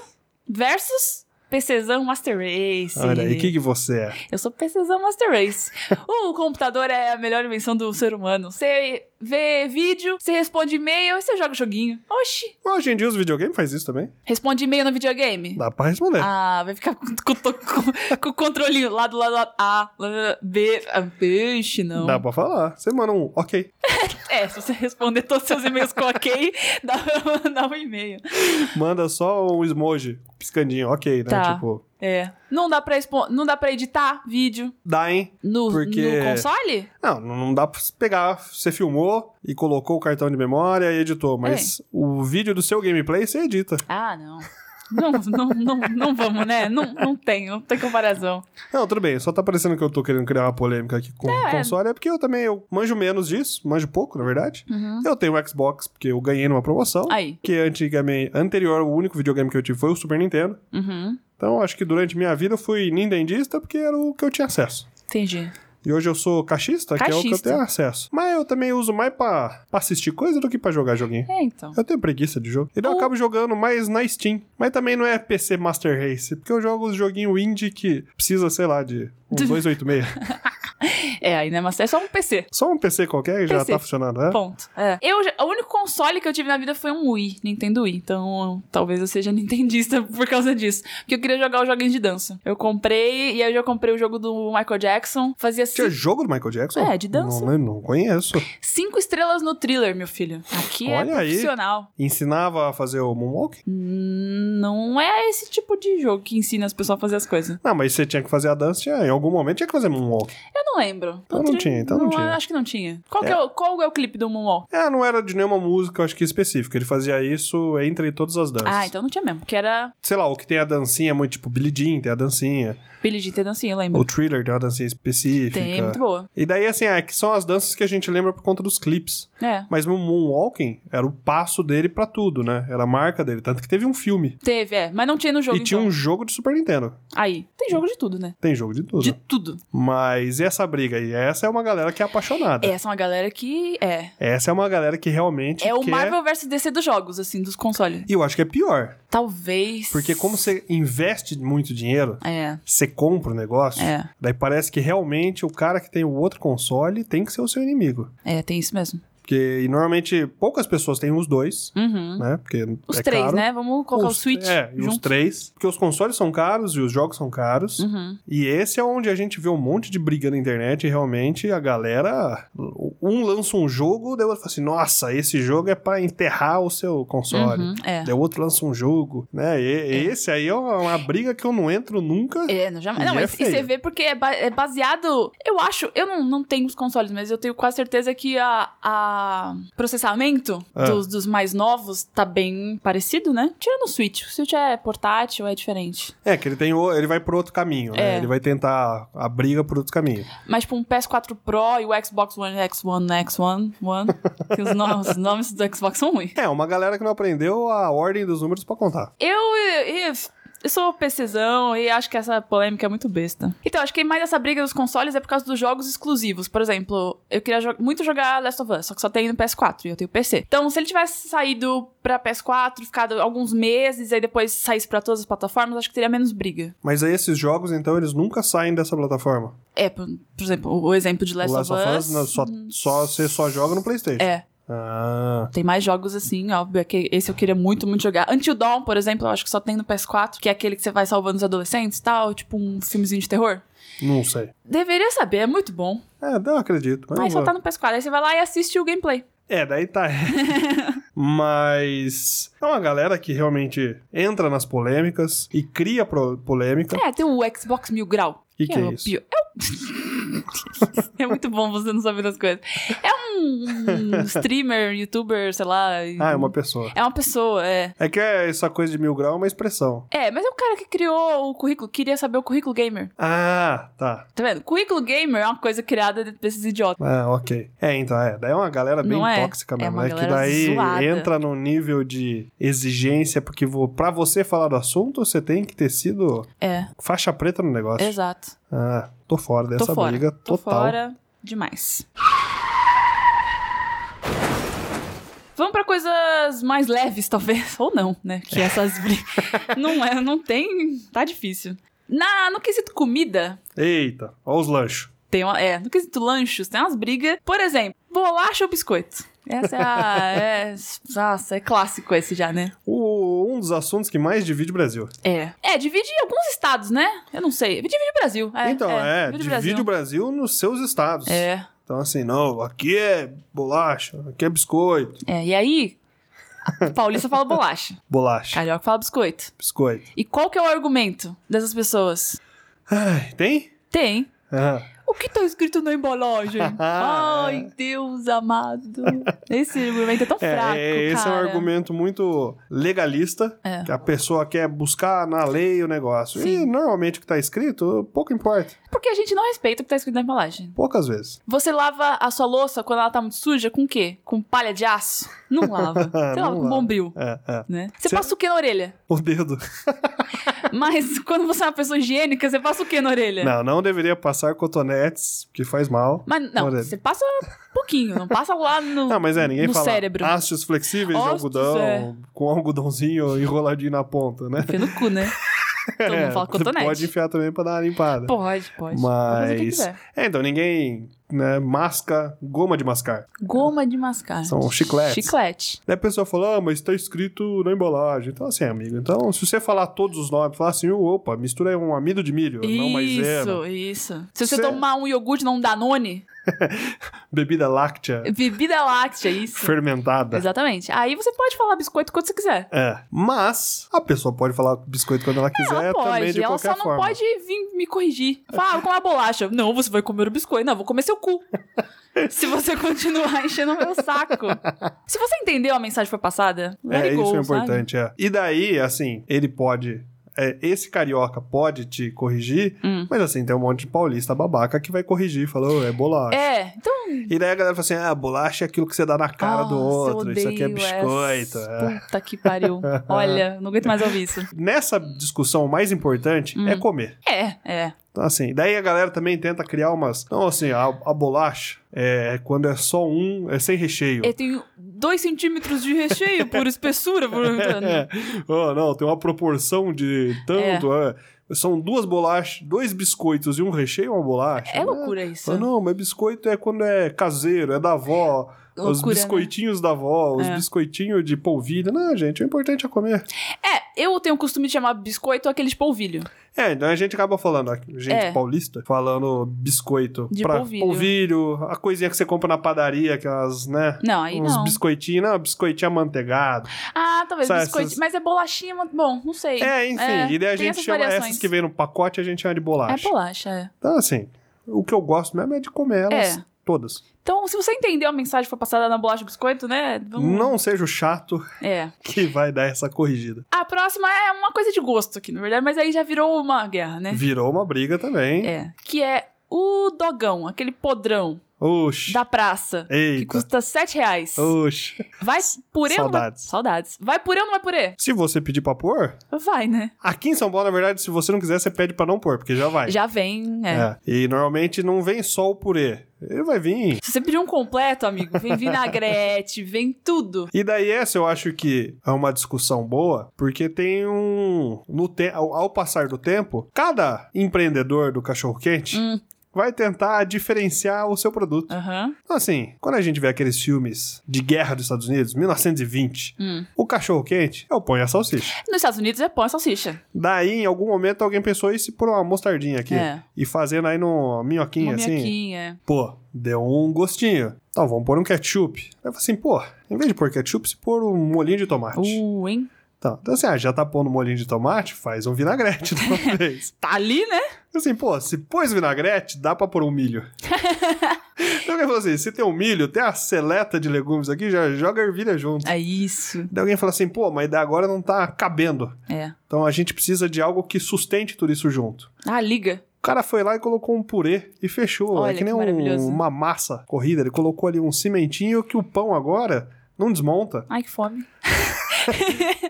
A: versus PCzão Master Race.
B: Olha aí, o que, que você é?
A: Eu sou PCzão Master Race. o computador é a melhor invenção do ser humano. Você vê vídeo, você responde e-mail e você joga joguinho. Oxi!
B: Hoje em dia os videogames faz isso também.
A: Responde e-mail no videogame?
B: Dá pra responder.
A: Ah, vai ficar com, com, com- com o controlinho lá do lado, lado A, lá, B, ah, peixe, não.
B: Dá pra falar. Você manda um ok.
A: É, se você responder todos os seus e-mails com ok, dá pra mandar um e-mail.
B: Manda só um emoji, piscandinho, ok, né?
A: Tá.
B: Tipo,
A: É. Não dá pra, expo... não dá pra editar vídeo
B: Dá, hein?
A: no,
B: Porque-
A: no console?
B: Não, não dá pra pegar. Você filmou e colocou o cartão de memória e editou, mas
A: É.
B: o vídeo do seu gameplay você edita.
A: Ah, não. Não, não, não, não vamos, né? Não, não tem, não tem comparação.
B: Não, tudo bem, só tá parecendo que eu tô querendo criar uma polêmica aqui com o
A: é.
B: console, é porque eu também eu manjo menos disso, manjo pouco, na verdade.
A: Uhum.
B: Eu tenho o Xbox, porque eu ganhei numa promoção.
A: Aí.
B: Que antigamente, anterior, o único videogame que eu tive foi o Super Nintendo.
A: Uhum.
B: Então, acho que durante minha vida eu fui nintendista porque era o que eu tinha acesso.
A: Entendi.
B: E hoje eu sou caixista, que é o que eu
A: Caixista.
B: tenho acesso. Mas eu também uso mais pra, pra assistir coisa do que pra jogar joguinho.
A: É, então.
B: Eu tenho preguiça de jogo. E daí eu
A: O-
B: acabo jogando mais na Steam. Mas também não é PC Master Race, porque eu jogo os joguinhos indie que precisa, sei lá, de um 286.
A: É, aí, né, mas é só um PC.
B: Só um PC qualquer já
A: PC.
B: tá funcionando, né?
A: Ponto. É. Eu, já- o único console que eu tive na vida foi um Wii, Nintendo Wii. Então, talvez eu seja nintendista por causa disso. Porque eu queria jogar os joguinhos de dança. Eu comprei, e aí eu já comprei o jogo do Michael Jackson. Fazia
B: Tinha
A: cinco,
B: jogo do Michael Jackson?
A: É, de dança.
B: Não, não conheço.
A: cinco estrelas no thriller, meu filho. Aqui
B: Olha
A: é
B: aí.
A: profissional.
B: Ensinava a fazer o Moonwalk?
A: Hum, Não é esse tipo de jogo que ensina as pessoas a fazer as coisas.
B: Não, mas você tinha que fazer a dança, tinha, em algum momento tinha que fazer Moonwalk.
A: Eu não lembro.
B: Então
A: Eu
B: não
A: tri-
B: tinha, então não tinha.
A: Acho que não tinha. Qual, que é o, qual é o clipe do Moonwalk?
B: É, não era de nenhuma música, acho que específica. Ele fazia isso entre todas as danças.
A: Ah, então não tinha mesmo. Porque era
B: Sei lá, o que tem a dancinha, muito tipo Billie Jean tem a dancinha.
A: Billie Jean tem dancinha, assim, eu lembro.
B: O Thriller tem uma dancinha específica.
A: Tem, muito boa.
B: E daí, assim, é que são as danças que a gente lembra por conta dos clipes.
A: É.
B: Mas no Moonwalking era o passo dele pra tudo, né? Era a marca dele. Tanto que teve um filme.
A: Teve, é. Mas não tinha no jogo,
B: e tinha
A: então.
B: um jogo de Super Nintendo.
A: Aí. Tem jogo de tudo, né?
B: Tem jogo de tudo.
A: De tudo.
B: Mas e essa briga aí? Essa é uma galera que é apaixonada.
A: Essa é uma galera que é.
B: Essa é uma galera que realmente
A: É o
B: quer...
A: Marvel vs DC dos jogos, assim, dos consoles.
B: E eu acho que é pior.
A: Talvez.
B: Porque como você investe muito dinheiro,
A: É.
B: você compra o negócio...
A: É.
B: Daí parece que realmente o cara que tem o outro console tem que ser o seu inimigo.
A: É, tem isso mesmo.
B: Porque e normalmente poucas pessoas têm os dois,
A: Uhum.
B: né? Porque
A: Os
B: é
A: três,
B: caro.
A: né? Vamos colocar
B: Os-
A: o Switch.
B: É, e os
A: junto.
B: três. Porque os consoles são caros e os jogos são caros.
A: Uhum.
B: E esse é onde a gente vê um monte de briga na internet e realmente a galera. Um lança um jogo, daí o outro fala assim: nossa, esse jogo é pra enterrar o seu console.
A: Uhum. É.
B: Daí o outro lança um jogo, né? E, e Esse aí é uma, uma briga que eu não entro nunca.
A: É, não, jamais.
B: E
A: Não,
B: é
A: e, e
B: feio.
A: você vê porque é, ba- é baseado. Eu acho, eu não, não tenho os consoles, mas eu tenho quase certeza que a, a processamento
B: Ah.
A: dos, dos mais novos tá bem parecido, né? Tirando o Switch. O Switch é portátil, é diferente.
B: É, que ele tem o- ele vai pro outro caminho, né?
A: É.
B: Ele vai tentar a briga por outro caminho.
A: Mas, tipo, um PS4 Pro e o Xbox One X, One X, One, One. que os, nomes, os nomes do Xbox são ruins.
B: É, uma galera que não aprendeu a ordem dos números pra contar.
A: Eu. eu, eu eu sou PCzão e acho que essa polêmica é muito besta. Então, acho que mais essa briga dos consoles é por causa dos jogos exclusivos. Por exemplo, eu queria jo- muito jogar Last of Us, só que só tem no PS4 e eu tenho PC. Então, se ele tivesse saído pra PS4, ficado alguns meses e aí depois saísse pra todas as plataformas, acho que teria menos briga.
B: Mas aí esses jogos, então, eles nunca saem dessa plataforma.
A: É, por, por exemplo, o o exemplo de
B: O
A: Last, hum.
B: Last of Us, não, só, só, você só joga no Playstation.
A: É,
B: Ah,
A: tem mais jogos assim, óbvio, é que esse eu queria muito, muito jogar. Until Dawn, por exemplo, eu acho que só tem no PS4, que é aquele que você vai salvando os adolescentes e tal, tipo um filmezinho de terror.
B: não sei.
A: Deveria saber, é muito bom.
B: É, não acredito.
A: Mas
B: mas não
A: só
B: vou.
A: tá no PS4. Aí você vai lá e assiste o gameplay.
B: É, daí tá. Mas é uma galera que realmente entra nas polêmicas e cria pro- polêmica.
A: É, tem o Xbox Mil Grau.
B: Que que é
A: o
B: isso?
A: pior- É, o- É muito bom você não saber das coisas. É um, um streamer, youtuber, sei lá. e-
B: Ah, é uma pessoa.
A: É uma pessoa, é.
B: É que é essa coisa de mil grau é uma expressão.
A: É, mas é o cara que criou o currículo, queria saber o currículo gamer.
B: Ah, tá.
A: Tá vendo? Currículo gamer é uma coisa criada desses idiotas.
B: Ah, ok. É, então, é. Daí é uma galera bem
A: Não é?
B: tóxica
A: É
B: mesmo,
A: uma
B: né? Que
A: galera
B: daí
A: zoada.
B: entra num nível de exigência, porque vo... pra você falar do assunto, você tem que ter sido
A: É,
B: faixa preta no negócio.
A: exato.
B: Ah, tô fora
A: Tô
B: dessa
A: fora.
B: briga
A: Tô
B: total.
A: fora demais. Vamos pra coisas mais leves, talvez. Ou não, né? Que essas brigas. não é, não tem. Tá difícil. Na, no quesito comida,
B: Eita, ó os lanchos.
A: tem uma. É, no quesito lanchos, tem umas brigas. Por exemplo, bolacha ou biscoito? Essa é a. é- nossa, é clássico esse já, né?
B: O- um dos assuntos que mais divide o Brasil.
A: É. É, divide em alguns estados, né? Eu não sei. Divide o Brasil. É,
B: então, é, divide, o
A: Brasil.
B: Brasil nos seus estados.
A: É.
B: Então, assim, não, aqui é bolacha, aqui é biscoito.
A: É, e aí, Paulista fala bolacha.
B: Bolacha,
A: Carioca fala biscoito.
B: biscoito.
A: E qual que é o argumento dessas pessoas?
B: Ai, tem?
A: Tem.
B: Ah,
A: O que tá escrito na embalagem?
B: É.
A: Ai, Deus amado. Esse argumento é tão
B: é,
A: fraco,
B: é, esse é um
A: cara.
B: argumento muito legalista,
A: É.
B: que a pessoa quer buscar na lei o negócio. E
A: Sim.
B: normalmente o que tá escrito, pouco importa.
A: Porque a gente não respeita o que tá escrito na embalagem.
B: Poucas vezes.
A: Você lava a sua louça quando ela tá muito suja com o quê? Com palha de aço? Não lava. Você
B: Não
A: lava com
B: lava.
A: bombril,
B: É, é.
A: né? Você
B: Você-
A: passa o quê na orelha?
B: O dedo.
A: Mas quando você é uma pessoa higiênica, você passa o quê na orelha?
B: Não, não deveria passar cotonetes, que faz mal.
A: Mas não,
B: Orelha.
A: você passa um pouquinho, não passa lá no,
B: Não, mas é, ninguém
A: no
B: fala
A: cérebro.
B: hastes flexíveis
A: Hastes,
B: de algodão,
A: é.
B: com algodãozinho enroladinho na ponta, né?
A: Enfia no cu, né? Todo
B: É,
A: mundo fala
B: você
A: cotonete.
B: Pode enfiar também pra dar uma limpada.
A: Pode, pode. Pode fazer o que
B: mas.
A: quiser.
B: É, então ninguém, né, masca goma de mascar.
A: Goma de mascar.
B: São chicletes.
A: Chiclete.
B: Daí a pessoa fala, ah, mas tá escrito na embalagem. Então, assim, amigo, então, se você falar todos os nomes, falar assim, opa, mistura aí um amido de milho, não é maisena,
A: Isso, isso. Se você
B: Cê-
A: tomar um iogurte, não um Danone,
B: bebida láctea
A: bebida láctea, isso.
B: fermentada.
A: Exatamente. Aí você pode falar biscoito quando você quiser.
B: É. Mas a pessoa pode falar biscoito quando ela quiser
A: Ela
B: também
A: pode,
B: de
A: ela
B: qualquer
A: só não
B: forma.
A: pode vir me corrigir. Fala, ah, com a bolacha. Não, você vai comer o biscoito. Não, eu vou comer seu cu. Se você continuar enchendo o meu saco. Se você entendeu a mensagem que foi passada, let
B: É,
A: it go,
B: isso é
A: sabe?
B: importante, é. E daí, assim, ele pode. é, esse carioca pode te corrigir,
A: Hum.
B: mas assim, tem um monte de paulista babaca que vai corrigir, falou, é bolacha.
A: É, então.
B: E daí a galera fala assim: ah, bolacha é aquilo que você dá na cara do
A: Nossa, eu
B: outro, isso aqui é
A: odeio
B: biscoito.
A: essa.
B: é.
A: Puta que pariu. Olha, não aguento mais ouvir isso.
B: Nessa discussão, o mais importante
A: Hum.
B: é comer.
A: É, é.
B: Então, assim, daí a galera também tenta criar umas. Então, assim, a, a bolacha é quando é só um, é sem recheio.
A: Eu tenho dois centímetros de recheio por espessura. Por... né?
B: É. Oh, não, tem uma proporção de tanto. é. São duas bolachas, dois biscoitos e um recheio, uma bolacha.
A: É loucura isso.
B: Ah, não, mas biscoito é quando é caseiro, é da avó. os
A: Loucura, né?
B: biscoitinhos da avó, os
A: É.
B: biscoitinhos de polvilho. Não, gente, o importante é comer.
A: É, eu tenho o costume de chamar biscoito aquele de polvilho.
B: É, então a gente acaba falando, a gente
A: É.
B: paulista, falando biscoito
A: De
B: pra
A: polvilho.
B: polvilho, a coisinha que você compra na padaria, aquelas, né?
A: Não, aí
B: uns
A: não.
B: biscoitinhos, não, biscoitinho amanteigado.
A: Ah, talvez
B: Sabe,
A: biscoito.
B: essas-
A: Mas é bolachinha, mas- bom, não sei.
B: É, enfim, e daí a gente chama essas que vem no pacote, a gente chama de
A: É
B: bolacha.
A: bolacha, é.
B: Então, assim, o que eu gosto mesmo é de comer elas
A: É.
B: todas.
A: Então, se você entendeu a mensagem que foi passada na bolacha e biscoito, né? vamos-
B: Não seja o chato
A: É.
B: que vai dar essa corrigida.
A: A próxima é uma coisa de gosto aqui, na verdade, mas aí já virou uma guerra, né?
B: Virou uma briga também.
A: É. Que é o dogão, aquele podrão
B: Oxi.
A: da praça, que
B: Eita.
A: custa 7 reais.
B: Oxi.
A: Vai purê ou não vai...
B: Saudades.
A: Saudades. Vai purê ou não vai purê?
B: Se você pedir pra pôr,
A: Vai, né?
B: aqui em São Paulo, na verdade, se você não quiser, você pede pra não pôr, porque já vai.
A: Já vem, é.
B: É. E normalmente não vem só o purê. Ele vai vir.
A: Se você pedir um completo, amigo, vem vinagrete, vem tudo.
B: E daí essa eu acho que é uma discussão boa, porque tem um... No te... ao, ao passar do tempo, cada empreendedor do cachorro-quente...
A: Hum.
B: Vai tentar diferenciar o seu produto.
A: Aham.
B: Então, assim, quando a gente vê aqueles filmes de guerra dos Estados Unidos, 1920,
A: Hum.
B: o cachorro-quente é o pão e a salsicha.
A: Nos Estados Unidos é pão e salsicha.
B: Daí, em algum momento, alguém pensou, e se pôr uma mostardinha aqui?
A: É.
B: E fazendo aí no minhoquinho,
A: Uma
B: assim.
A: minhoquinha.
B: Pô, deu um gostinho. Então, vamos pôr um ketchup. Aí eu falei assim, pô, em vez de pôr ketchup, se pôr um molinho de tomate.
A: Uh, hein?
B: Então, então assim, ah, já tá pondo molinho de tomate, faz um vinagrete de uma vez.
A: Tá ali, né?
B: Assim, pô, se pôs vinagrete, dá pra pôr um milho. então, alguém falou assim, se tem um milho, tem a seleta de legumes aqui, já joga ervilha junto.
A: É isso.
B: Daí alguém falou assim, pô, mas daí agora não tá cabendo.
A: É.
B: Então, a gente precisa de algo que sustente tudo isso junto.
A: Ah, liga.
B: O cara foi lá e colocou um purê e fechou.
A: Olha
B: é que
A: que
B: nem um-
A: maravilhoso.
B: uma massa corrida. Ele colocou ali um cimentinho que o pão agora não desmonta.
A: Ai, que fome.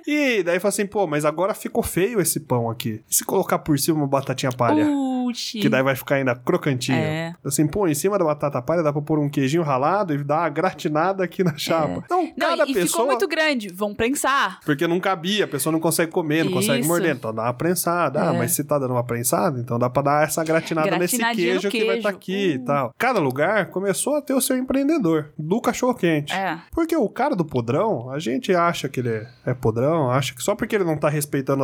B: E daí fala assim, pô, mas agora ficou feio esse pão aqui. E se colocar por cima uma batatinha palha?
A: Puxa.
B: Que daí vai ficar ainda crocantinho.
A: É.
B: Assim, pô, em cima da batata palha dá pra pôr um queijinho ralado e dar uma gratinada aqui na chapa. Então,
A: É. Não, e,
B: cada
A: e ficou
B: pessoa...
A: muito grande. Vão prensar.
B: Porque não cabia, a pessoa não consegue comer, não consegue
A: Isso.
B: morder. Então dá uma prensada. Ah,
A: É.
B: mas se tá dando uma prensada, então dá pra dar essa gratinada nesse
A: Gratinadinha no
B: queijo, que vai estar
A: queijo.
B: aqui e
A: Uh.
B: tal. Cada lugar começou a ter o seu empreendedor do cachorro-quente.
A: É.
B: Porque o cara do podrão, a gente acha que ele é podrão, acha que só porque ele não tá respeitando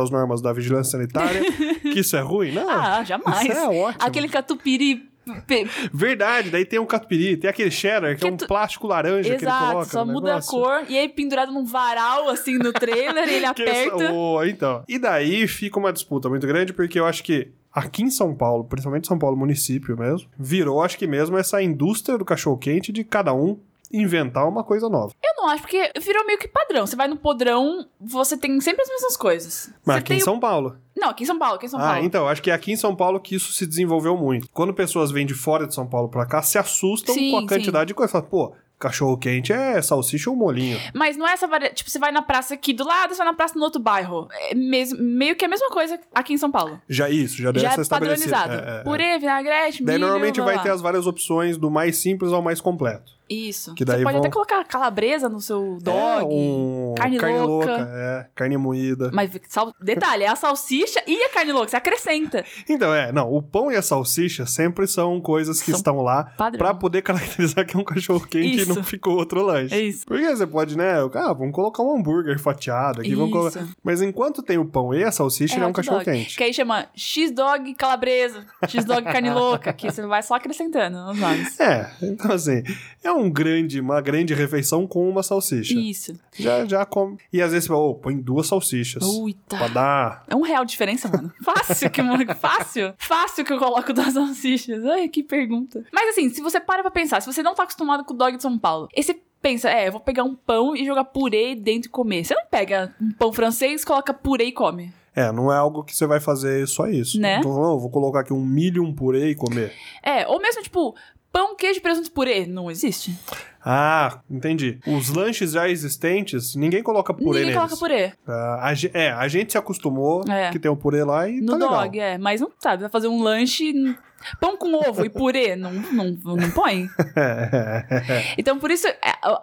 B: as normas da vigilância sanitária, que isso é ruim, não.
A: Ah, jamais.
B: Isso é ótimo.
A: Aquele catupiry Pe-
B: Verdade, daí tem um catupiry, tem aquele cheddar, que, é
A: Que
B: um
A: tu-
B: plástico laranja que ele
A: Exato,
B: coloca
A: só
B: no
A: muda
B: negócio.
A: a cor. E aí, pendurado num varal, assim, no trailer, ele
B: Que essa-
A: aperta.
B: Ô, então. E daí fica uma disputa muito grande, porque eu acho que aqui em São Paulo, principalmente São Paulo, município mesmo, virou, acho que mesmo, essa indústria do cachorro-quente de cada um inventar uma coisa nova.
A: Eu não acho, porque virou meio que padrão. Você vai no podrão, você tem sempre as mesmas coisas.
B: Mas
A: você
B: aqui
A: tem
B: em
A: o-
B: São Paulo.
A: Não, aqui em São Paulo, aqui em São
B: ah,
A: Paulo.
B: então, acho que é aqui em São Paulo que isso se desenvolveu muito. Quando pessoas vêm de fora de São Paulo pra cá, se assustam
A: Sim,
B: com a
A: sim.
B: quantidade de coisa. Falam, pô, cachorro-quente é salsicha ou molinho?
A: Mas não é essa variedade. Tipo, você vai na praça aqui do lado, você vai na praça no outro bairro. É mesmo, meio que a mesma coisa aqui em São Paulo.
B: Já isso, já deu
A: Já
B: essa
A: é
B: estabelecida.
A: padronizado.
B: É, é, é.
A: Purê, vinagrete,
B: Daí
A: milho,
B: normalmente
A: blá,
B: vai
A: blá.
B: ter as várias opções do mais simples ao mais completo.
A: Isso.
B: que daí
A: você pode
B: vão-
A: até colocar calabresa no seu dog.
B: É, um-
A: carne louca.
B: é, carne moída.
A: Mas sal- detalhe, é a salsicha e a carne louca, você acrescenta.
B: Então, é, não, o pão e a salsicha sempre são coisas que
A: São
B: estão lá
A: padrão.
B: pra poder caracterizar que é um cachorro quente e
A: Isso.
B: não ficou outro lanche.
A: É isso.
B: Porque você pode, né? Ah, vamos colocar um hambúrguer fatiado aqui, vamos
A: Isso.
B: colocar. Mas enquanto tem o pão e a salsicha, ele é um
A: hot dog.
B: cachorro quente.
A: Que aí chama X-Dog calabresa, X-Dog carne louca, que você vai só acrescentando nos nomes.
B: É, então assim, é um grande, uma grande refeição com uma salsicha.
A: Isso.
B: Já, já come. E às vezes você fala, ô, põe duas salsichas.
A: Uita.
B: Pra dar.
A: É um real de diferença, mano. Fácil que mano, fácil. Fácil que eu coloco duas salsichas. Ai, que pergunta. Mas assim, se você para pra pensar, se você não tá acostumado com o dog de São Paulo, e você pensa, é, eu vou pegar um pão e jogar purê dentro e comer. Você não pega um pão francês, coloca purê e come.
B: É, não é algo que você vai fazer só isso.
A: Né?
B: Então, não, eu vou colocar aqui um milho, um purê e comer.
A: É, ou mesmo tipo, pão, queijo, presunto, purê. Não existe.
B: Ah, entendi. Os lanches já existentes, ninguém coloca purê
A: Ninguém
B: neles.
A: coloca purê
B: Ah, a ge- é, a gente se acostumou
A: É.
B: que tem o purê lá e
A: no
B: tá legal.
A: dog, é. Mas não sabe, vai fazer um lanche. Pão com ovo e purê, não, não, não põe. Então, por isso, é,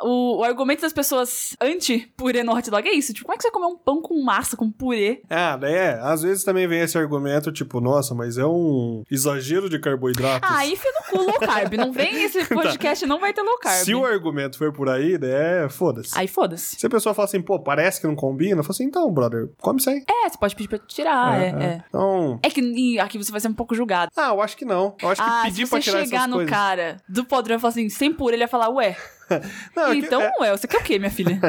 A: o, o argumento das pessoas anti-purê no hot dog é isso. Tipo, como é que você vai comer um pão com massa, com purê?
B: Ah, daí é. Às vezes também vem esse argumento, tipo, nossa, mas é um exagero de carboidratos.
A: Ah, aí fica no cu low carb. Não vem esse podcast, não vai ter low carb.
B: Tá. Se o argumento for por aí, daí é foda-se.
A: Aí foda-se.
B: Se a pessoa fala assim, pô, parece que não combina, eu falo assim, então, brother, come isso aí.
A: É, você pode pedir pra tirar, é, é.
B: Então.
A: É que e aqui você vai ser um pouco julgado.
B: Ah, eu acho que não. Eu acho
A: Ah, se
B: que pedir pra
A: você
B: tirar
A: chegar
B: essas
A: no
B: coisas.
A: cara do podrão e falar assim, sem purê, ele vai falar, ué,
B: Não, é que-
A: então
B: é,
A: ué, você quer o quê, minha filha?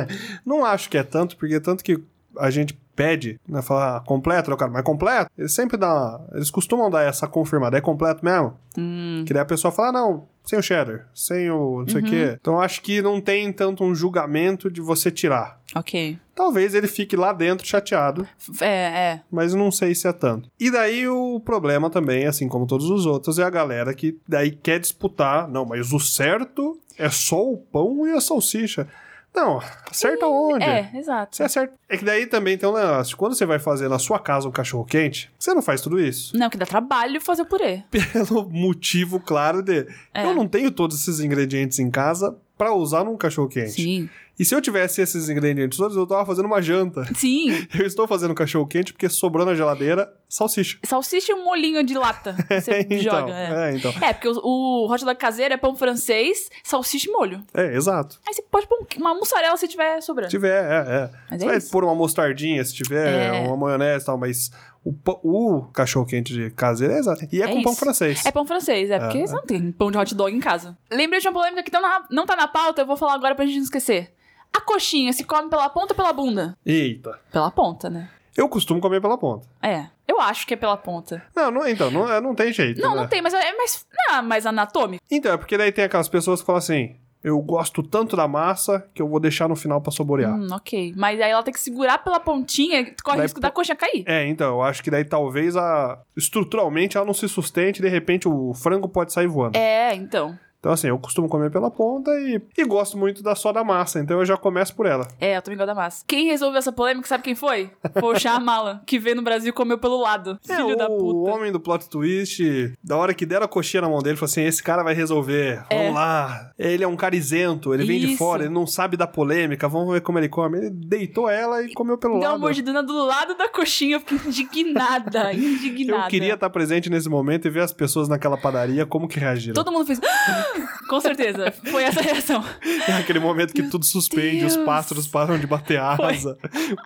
B: não acho que é tanto, porque tanto que a gente pede, né? Falar ah, completo, né, cara, mas completo, eles sempre dão. uma- Eles costumam dar essa confirmada, é completo mesmo.
A: hum,
B: Que daí a pessoa fala, ah, não, sem o cheddar, sem o não sei o
A: Uhum.
B: quê. Então acho que não tem tanto um julgamento de você tirar.
A: ok.
B: Talvez ele fique lá dentro chateado,
A: F- É, é.
B: mas não sei se é tanto. E daí o problema também, assim como todos os outros, é a galera que daí quer disputar. Não, mas o certo é só o pão e a salsicha. Não, acerta onde?
A: É, exato.
B: Você acerta. É que daí também tem um negócio. Quando você vai fazer na sua casa um cachorro quente, você não faz tudo isso.
A: Não, que dá trabalho fazer o purê.
B: pelo motivo claro de
A: É.
B: eu não tenho todos esses ingredientes em casa pra usar num cachorro quente.
A: Sim.
B: E se eu tivesse esses ingredientes todos, eu tava fazendo uma janta.
A: Sim.
B: Eu estou fazendo cachorro quente porque sobrou na geladeira salsicha.
A: Salsicha e um molinho de lata. que Você
B: então,
A: joga, é.
B: é, então.
A: É, porque o, o hot dog caseiro é pão francês, salsicha e molho.
B: É, exato.
A: Aí você pode pôr um- uma mussarela se tiver sobrando.
B: Se tiver, é, é.
A: Mas
B: Você
A: é
B: vai
A: isso.
B: pôr uma mostardinha se tiver,
A: É.
B: uma maionese e tal, mas o, pão- o cachorro quente de caseiro é exato. E é,
A: É
B: com pão
A: isso.
B: francês.
A: É pão francês, é,
B: É,
A: porque você não tem pão de hot dog em casa. Lembrei de uma polêmica que tá na- não tá na pauta, eu vou falar agora pra gente não esquecer. A coxinha se come pela ponta ou pela bunda?
B: Eita.
A: Pela ponta, né?
B: Eu costumo comer pela ponta.
A: É, eu acho que é pela ponta.
B: Não, não então, não, não tem jeito.
A: Não,
B: né?
A: não tem, mas é mais, não é mais anatômico.
B: Então, é porque daí tem aquelas pessoas que falam assim: eu gosto tanto da massa que eu vou deixar no final pra saborear.
A: Hum, ok. Mas aí ela tem que segurar pela pontinha, corre o
B: É. Vai
A: risco da coxinha cair.
B: É, então, eu acho que daí talvez a. estruturalmente ela não se sustente, de repente o frango pode sair voando.
A: É, então.
B: Então, assim, eu costumo comer pela ponta e, e gosto muito da só da massa, então eu já começo por ela.
A: É, eu também gosto da massa. Quem resolveu essa polêmica, sabe quem foi? Foi o Shyamalan, que veio no Brasil e comeu pelo lado. Filho
B: é,
A: da
B: o
A: puta.
B: homem do plot twist, da hora que deram a coxinha na mão dele, falou assim: esse cara vai resolver,
A: É.
B: vamos lá. Ele é um cara isento, ele vem de
A: Isso.
B: fora, ele não sabe da polêmica, vamos ver como ele come. Ele deitou ela e comeu pelo
A: Deu uma
B: lado.
A: mordidona do lado da coxinha, eu fiquei indignada, indignada.
B: Eu queria estar presente nesse momento e ver as pessoas naquela padaria como que reagiram.
A: Todo mundo fez. "Ah!" Com certeza, foi essa a reação.
B: É aquele momento que tudo suspende, os
A: Deus.
B: pássaros param de bater asa,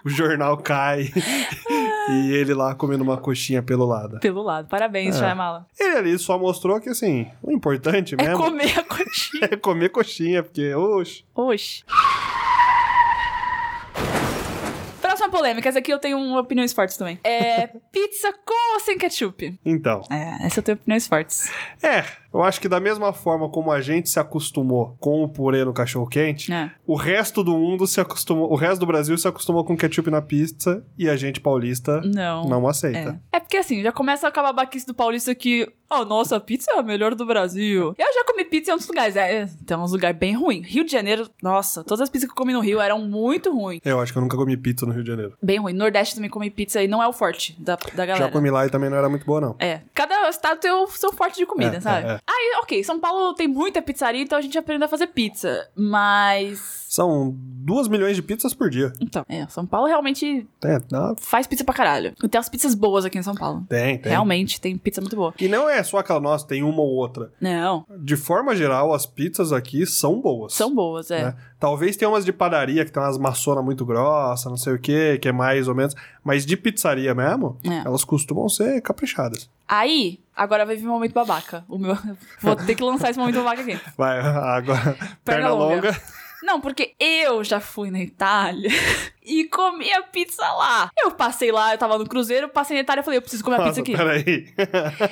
B: o jornal cai e ele lá comendo uma coxinha pelolada.
A: Pelo lado. Parabéns,
B: É.
A: Shyamala.
B: Ele ali só mostrou que, assim, o importante
A: É
B: mesmo
A: comer a coxinha.
B: é comer coxinha, porque, oxe,
A: Oxi. Próxima polêmica. Essa aqui eu tenho um- opiniões fortes também. É pizza com ou sem ketchup?
B: então.
A: É, essa eu tenho opiniões fortes.
B: É, eu acho que da mesma forma como a gente se acostumou com o purê no cachorro-quente,
A: É.
B: o resto do mundo se acostumou, o resto do Brasil se acostumou com ketchup na pizza e a gente paulista
A: Não.
B: não
A: É.
B: aceita.
A: é porque assim, já começa a babaquice do paulista que, oh, nossa, a pizza é a melhor do Brasil. Eu já comi pizza em outros lugares. É, tem uns lugares bem ruins. Rio de Janeiro, nossa, todas as pizzas que eu comi no Rio eram muito ruins.
B: Eu acho que eu nunca comi pizza no Rio de Janeiro.
A: Bem ruim. Nordeste também comi pizza e não é o forte da, da galera.
B: Já comi lá e também não era muito boa, não.
A: É, cada estado tem o seu forte de comida,
B: É,
A: sabe?
B: é, é.
A: Aí, ok, São Paulo tem muita pizzaria, então a gente aprende a fazer pizza. Mas.
B: São duas milhões de pizzas por dia.
A: Então, é, São Paulo realmente
B: É, dá-
A: faz pizza pra caralho. E tem as pizzas boas aqui em São Paulo.
B: tem, tem.
A: Realmente, tem pizza muito boa.
B: E não é só aquela nossa, tem uma ou outra.
A: Não,
B: De forma geral, as pizzas aqui são boas.
A: são boas, é.
B: né? Talvez tenha umas de padaria, que tem umas maçona muito grossa, não sei o que, que é mais ou menos. Mas de pizzaria mesmo,
A: É.
B: elas costumam ser caprichadas.
A: Aí, agora vai vir um momento babaca. O meu... Vou ter que lançar esse momento babaca aqui.
B: Vai, agora, perna,
A: longa.
B: longa.
A: Não, porque eu já fui na Itália e comi a pizza lá. Eu passei lá, eu tava no cruzeiro, passei na Itália e falei, eu preciso comer a pizza
B: Nossa,
A: aqui.
B: peraí.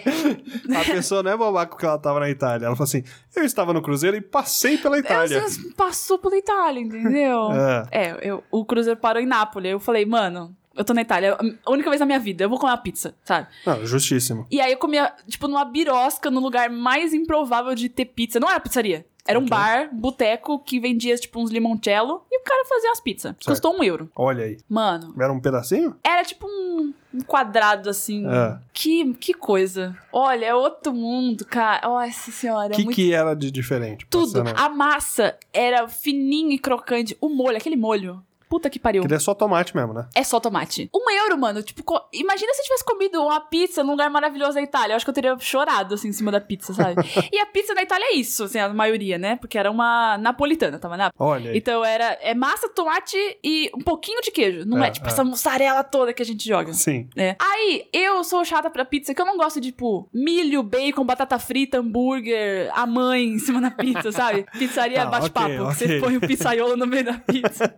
B: a pessoa não é babaca porque ela tava na Itália. Ela falou assim: eu estava no cruzeiro e passei pela Itália.
A: Ela só passou pela Itália, entendeu?
B: É.
A: é, eu, o cruzeiro parou em Nápoles. Eu falei, mano, eu tô na Itália, a única vez na minha vida, eu vou comer uma pizza, sabe?
B: Não, justíssimo.
A: E aí eu comia, tipo, numa birosca, no lugar mais improvável de ter pizza. Não era pizzaria. Era um
B: Ok.
A: bar, boteco, que vendia, tipo, uns limoncello. E o cara fazia as pizzas. Custou um euro.
B: Olha aí.
A: Mano,
B: Era um pedacinho?
A: era tipo um, um quadrado, assim.
B: É.
A: Que, que coisa. Olha, é outro mundo, cara. Nossa senhora,
B: O
A: é
B: que,
A: muito
B: que era de diferente?
A: tudo.
B: Passando-
A: A massa era fininha e crocante. O molho, aquele molho. Puta que pariu.
B: Queria só tomate mesmo, né?
A: É só tomate. Um euro, mano. Tipo, co- imagina se eu tivesse comido uma pizza num lugar maravilhoso da Itália. Eu acho que eu teria chorado, assim, em cima da pizza, sabe? e a pizza na Itália é isso, assim, a maioria, né? Porque era uma napolitana, tava na...
B: Olha aí.
A: Então era é massa, tomate e um pouquinho de queijo. Não é,
B: É,
A: tipo
B: é.
A: essa mussarela toda que a gente joga.
B: Sim.
A: É. Aí, eu sou chata pra pizza, que eu não gosto de, tipo, milho, bacon, batata frita, hambúrguer, a mãe em cima da pizza, sabe? Pizzaria
B: Ah,
A: bate-papo,
B: ok,
A: que você
B: ok.
A: põe o pizzaiolo no meio da pizza.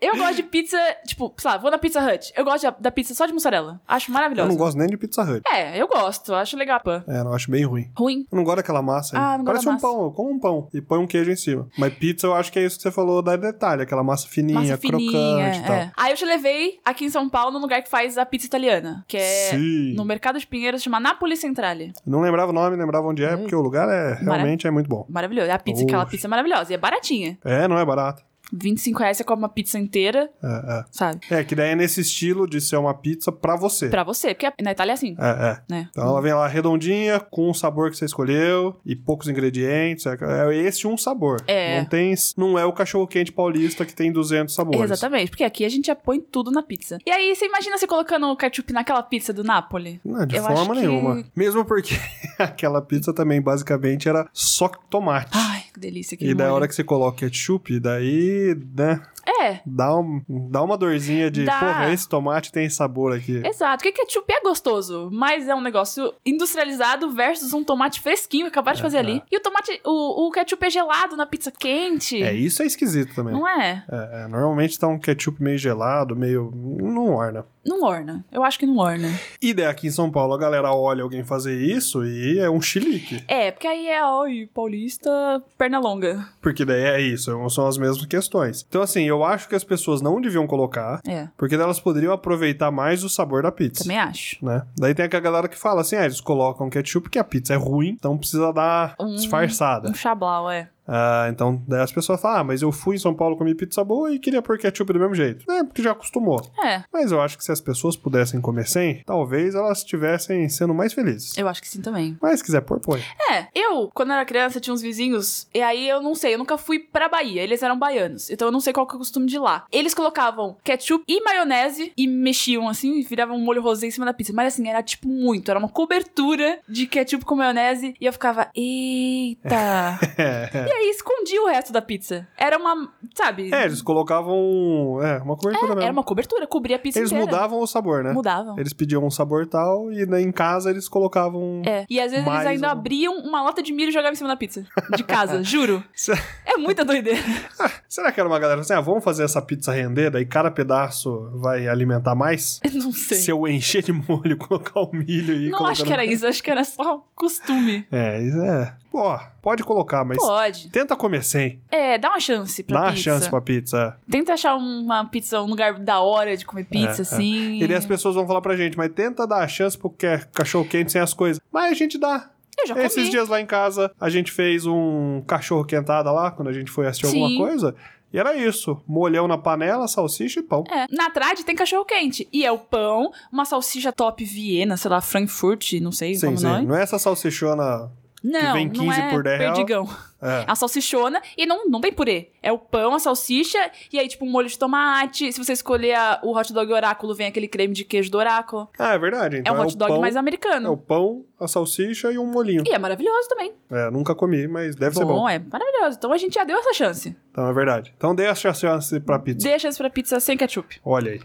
A: eu gosto de pizza, tipo, sei lá, vou na Pizza Hut. Eu gosto da- da pizza só de mussarela. Acho
B: Eu
A: maravilhosa.
B: não gosto nem de Pizza Hut.
A: É, eu gosto, acho legal. Pã.
B: É, eu acho bem ruim.
A: Ruim.
B: Eu não gosto daquela massa aí.
A: Ah, não gosto
B: Parece
A: da
B: um
A: massa.
B: pão, eu como um pão e põe um queijo em cima. Mas pizza eu acho que é isso que você falou da detalhe, aquela massa fininha,
A: Massa fininha,
B: crocante e tal.
A: é. Aí eu te levei aqui em São Paulo num lugar que faz a pizza italiana, que é
B: Sim.
A: no Mercado de Pinheiros, chama Napoli Centrale.
B: Não lembrava o nome, lembrava onde
A: Hum.
B: é, porque o lugar é realmente é muito bom.
A: Maravilhoso. É a pizza, aquela
B: Oxe.
A: pizza maravilhosa. E é baratinha.
B: É, não é barato.
A: 25 reais você come uma pizza inteira,
B: É,
A: sabe?
B: é. É, que daí é nesse estilo de ser uma pizza pra você.
A: Pra você, porque na Itália é assim,
B: É, é.
A: né?
B: Então ela vem lá redondinha, com o sabor que você escolheu e poucos ingredientes. É, é esse um sabor.
A: É.
B: Não tem, não é o cachorro quente paulista que tem 200 sabores.
A: Exatamente, porque aqui a gente já põe tudo na pizza. E aí, você imagina você colocando o ketchup naquela pizza do Napoli?
B: Não, de
A: Eu acho
B: forma
A: que-
B: nenhuma. Mesmo porque aquela pizza também basicamente era só tomate.
A: Ai, Ah, que delícia. aquele
B: e da
A: molho.
B: hora que você coloca ketchup, daí, né,
A: É,
B: dá, um, dá uma dorzinha de,
A: Dá.
B: porra, esse tomate tem sabor aqui.
A: exato. Porque ketchup é gostoso, mas é um negócio industrializado versus um tomate fresquinho que acabaram de
B: É,
A: fazer ali. E o tomate, o, o ketchup é gelado na pizza quente.
B: É, isso é esquisito também.
A: Não é?
B: É, é, normalmente tá um ketchup meio gelado, meio... não orna.
A: Não orna. Eu acho que não orna.
B: E daí aqui em São Paulo a galera olha alguém fazer isso e é um chilique.
A: É, porque aí é, oi, paulista, perna longa.
B: Porque daí é isso, são as mesmas questões. Então assim, eu acho que as pessoas não deviam colocar,
A: É,
B: porque daí elas poderiam aproveitar mais o sabor da pizza.
A: também acho.
B: né? Daí tem aquela galera que fala assim, ah, eles colocam ketchup porque a pizza é ruim, então precisa dar
A: Um-
B: disfarçada.
A: Um chablau, é.
B: Ah, então daí as pessoas falam, ah, mas eu fui em São Paulo comi pizza boa e queria pôr ketchup do mesmo jeito. É, porque já acostumou.
A: É,
B: Mas eu acho que se as pessoas pudessem comer sem, talvez elas estivessem sendo mais felizes.
A: eu acho que sim também.
B: Mas se quiser pôr, põe.
A: É, eu, quando era criança, tinha uns vizinhos, e aí eu não sei, eu nunca fui pra Bahia, eles eram baianos, então eu não sei qual que é o costume de lá. Eles colocavam ketchup e maionese e mexiam assim, e viravam um molho rosé em cima da pizza, mas assim, era tipo muito, era uma cobertura de ketchup com maionese, e eu ficava, eita.
B: É, é.
A: e aí escondia o resto da pizza. Era uma, sabe?
B: É, eles colocavam é, uma cobertura mesmo.
A: Era uma cobertura, cobria a pizza
B: Eles
A: inteira.
B: mudavam o sabor, né?
A: Mudavam.
B: Eles pediam um sabor tal e né, em casa eles colocavam. um
A: É. E às vezes
B: Mais um.
A: eles ainda
B: uma-
A: abriam uma lata de milho e jogavam em cima da pizza. De casa, juro.
B: Se-
A: É muita doideira.
B: Será que era uma galera assim, ah, vamos fazer essa pizza render, daí cada pedaço vai alimentar mais?
A: Eu Não sei.
B: Se eu encher de molho, colocar o milho e
A: Não
B: colocar
A: acho
B: no-
A: que era isso, acho que era só costume.
B: É, isso é. Pô, pode colocar, mas
A: Pode.
B: tenta comer sem.
A: É, dá uma chance pra
B: Dá uma
A: pizza.
B: chance pra pizza.
A: Tenta achar uma pizza, um lugar da hora de comer pizza,
B: É, é.
A: assim.
B: E daí as pessoas vão falar pra gente, mas tenta dar a chance pro que- cachorro quente sem as coisas. Mas a gente dá.
A: Eu já comi.
B: Esses dias lá em casa, a gente fez um cachorro quentada lá, quando a gente foi assistir
A: Sim.
B: alguma coisa. E era isso. Molhão na panela, salsicha e pão.
A: É. Na trade tem cachorro quente. E é o pão, uma salsicha top Viena, sei lá, Frankfurt, não sei
B: sim,
A: como
B: sim.
A: nome.
B: Não é essa salsichona.
A: Não,
B: vem 15
A: não é
B: por 10 real.
A: perdigão.
B: É.
A: A salsichona e não, não tem purê. É o pão, a salsicha e aí, tipo, um molho de tomate. Se você escolher a- o hot dog oráculo, vem aquele creme de queijo do oráculo.
B: Ah, é verdade. Então
A: é um hot
B: o
A: dog
B: pão,
A: mais americano.
B: É o pão, a salsicha e um molhinho.
A: E é maravilhoso também.
B: É, nunca comi, mas deve ser bom.
A: é maravilhoso. Então a gente já deu essa chance.
B: Então é verdade. Então dê essa chance pra pizza.
A: Dê a chance pra pizza sem ketchup.
B: Olha aí.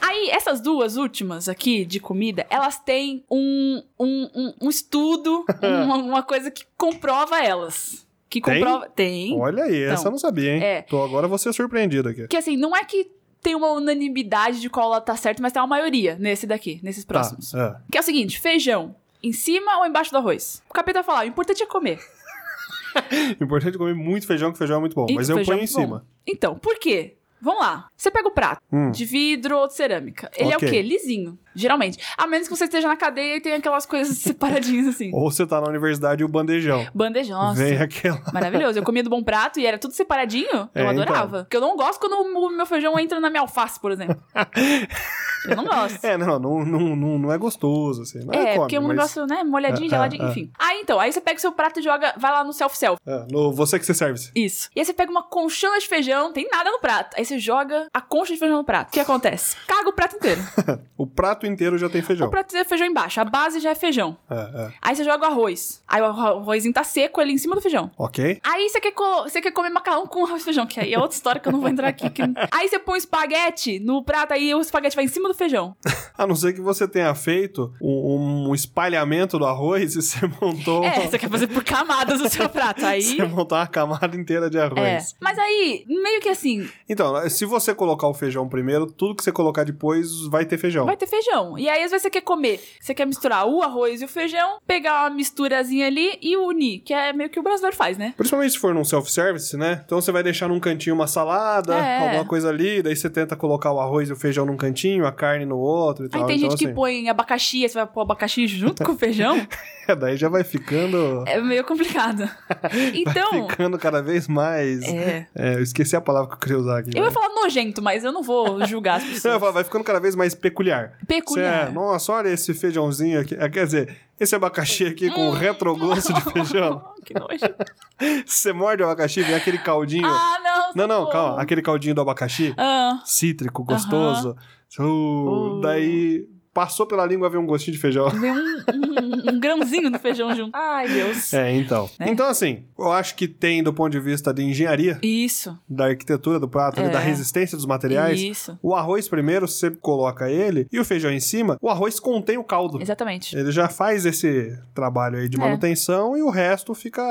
A: Aí, essas duas últimas aqui de comida, elas têm um, um, um, um estudo, uma, uma coisa que comprova elas. Que
B: Tem?
A: comprova. Tem.
B: Olha aí, essa eu não sabia, hein?
A: é.
B: Tô agora você surpreendido aqui.
A: Que assim, não é que tem uma unanimidade de qual ela tá certa, mas tem uma maioria nesse daqui, nesses próximos.
B: Tá,
A: Que é o seguinte: feijão. Em cima ou embaixo do arroz? O capeta fala, o importante é comer.
B: é. O Importante é comer muito feijão, que feijão é muito bom.
A: E
B: mas
A: o
B: eu
A: feijão
B: ponho em
A: é muito
B: cima.
A: bom. Então, por quê? Vamos lá. Você pega o prato.
B: Hum.
A: De vidro ou de cerâmica. Ele é
B: Ok.
A: o quê? Lisinho, geralmente. A menos que você esteja na cadeia e tenha aquelas coisas separadinhas assim.
B: Ou você tá na universidade e o bandejão.
A: Bandejão, nossa.
B: Vem aquela.
A: Maravilhoso. Eu comia do bom prato e era tudo separadinho. Eu
B: É,
A: adorava.
B: então.
A: Porque eu não gosto quando o meu feijão entra na minha alface, por exemplo. eu não gosto.
B: É, não, não, não, não, não é gostoso, assim. Não é,
A: É,
B: come,
A: porque é um
B: mas...
A: negócio, né, molhadinho,
B: É,
A: geladinho,
B: é, é.
A: enfim. Ah, então, aí você pega o seu prato e joga, vai lá no self-self.
B: É, no, você que se serve.
A: Isso. E aí você pega uma conchona de feijão, tem nada no prato. Aí você joga a concha de feijão no prato. O que acontece? Caga o prato inteiro.
B: O prato inteiro já tem feijão.
A: O prato inteiro é feijão embaixo, a base já é feijão.
B: É, é.
A: Aí você joga o arroz. Aí o arro- o arrozinho tá seco ali em cima do feijão.
B: Ok?
A: Aí você quer, colo- você quer comer macarrão com arroz e feijão, que aí é outra história que eu não vou entrar aqui. que- Aí você põe espaguete no prato, aí o espaguete vai em cima do feijão.
B: A não ser que você tenha feito um, um espalhamento do arroz e você montou.
A: É, você quer fazer por camadas o seu prato. Aí.
B: Você montou uma camada inteira de
A: É.
B: arroz.
A: Mas aí, meio que assim,
B: Então, se você colocar o feijão primeiro, tudo que você colocar depois vai ter feijão.
A: vai ter feijão. E aí, às vezes, você quer comer. Você quer misturar o arroz e o feijão, pegar uma misturazinha ali e unir, que é meio que o brasileiro faz, né?
B: Principalmente se for num self-service, né? Então você vai deixar num cantinho uma salada,
A: É.
B: alguma coisa ali, daí você tenta colocar o arroz e o feijão num cantinho, a carne no outro e
A: Aí
B: tal.
A: tem
B: então,
A: gente que
B: assim,
A: põe abacaxi, aí você vai pôr abacaxi junto com o feijão.
B: é, daí já vai ficando.
A: É meio complicado. Então.
B: Ficando cada vez mais.
A: É.
B: É, eu esqueci a palavra que eu queria usar aqui.
A: Eu
B: né?
A: ia falar nojento, mas eu não vou julgar as
B: Não, eu ia
A: pessoas.
B: falar, vai ficando cada vez mais peculiar.
A: Peculiar.
B: Cê é, nossa, olha esse feijãozinho aqui. Ah, Quer dizer, esse abacaxi aqui com
A: Hum,
B: retrogosto de feijão.
A: Oh, que nojo.
B: Você morde o abacaxi, vem aquele caldinho.
A: Ah, não.
B: não, não,
A: socorro.
B: calma. Aquele caldinho do abacaxi,
A: Ah,
B: cítrico, gostoso. Uh,
A: Uh.
B: Daí passou pela língua, veio um gostinho de feijão.
A: veio um, um- um grãozinho no feijão junto. Ai, Deus.
B: É, então.
A: Né?
B: Então, assim, eu acho que tem do ponto de vista de engenharia,
A: Isso.
B: da arquitetura do prato, né,
A: É.
B: da resistência dos materiais.
A: Isso.
B: O arroz primeiro, você coloca ele, e o feijão em cima, o arroz contém o caldo.
A: Exatamente.
B: Ele já faz esse trabalho aí de
A: É.
B: manutenção e o resto fica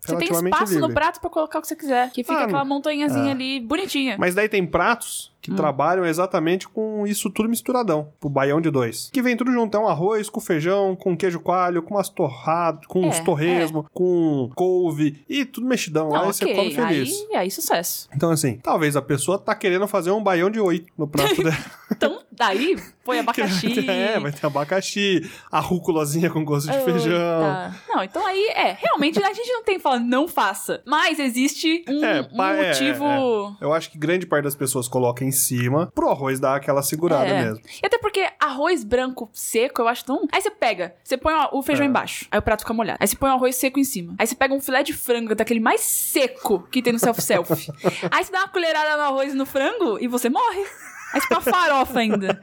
A: Você tem
B: relativamente
A: espaço
B: livre.
A: no prato pra colocar o que você quiser. Que fica
B: Ah,
A: aquela montanhazinha
B: é.
A: ali, bonitinha.
B: Mas daí tem pratos que trabalham exatamente com isso tudo misturadão, pro baião de dois. Que vem tudo junto, é um arroz com feijão, com queijo coalho, com umas torradas, com
A: É,
B: uns torresmo, com couve e tudo mexidão lá
A: Não,
B: e você come
A: Tá ok. Aí,
B: feliz.
A: aí, sucesso.
B: Então assim, talvez a pessoa tá querendo fazer um baião de oito no prato dela.
A: Então, daí, põe abacaxi.
B: é, vai ter abacaxi, a rúculazinha com gosto de feijão.
A: Eita. Não, então aí, é, realmente a gente não tem que falar não faça. Mas existe um,
B: É,
A: um
B: pa- é,
A: motivo.
B: Eu acho que grande parte das pessoas coloca em cima pro arroz dar aquela segurada
A: É.
B: mesmo.
A: E até porque arroz branco seco, eu acho tão. Aí você pega, você põe o- o feijão
B: É.
A: embaixo, aí o prato fica molhado. Aí você põe o arroz seco em cima. Aí você pega um filé de frango, daquele mais seco que tem no self-self. aí você dá uma colherada no arroz e no frango e você morre. Aí você põe uma farofa ainda.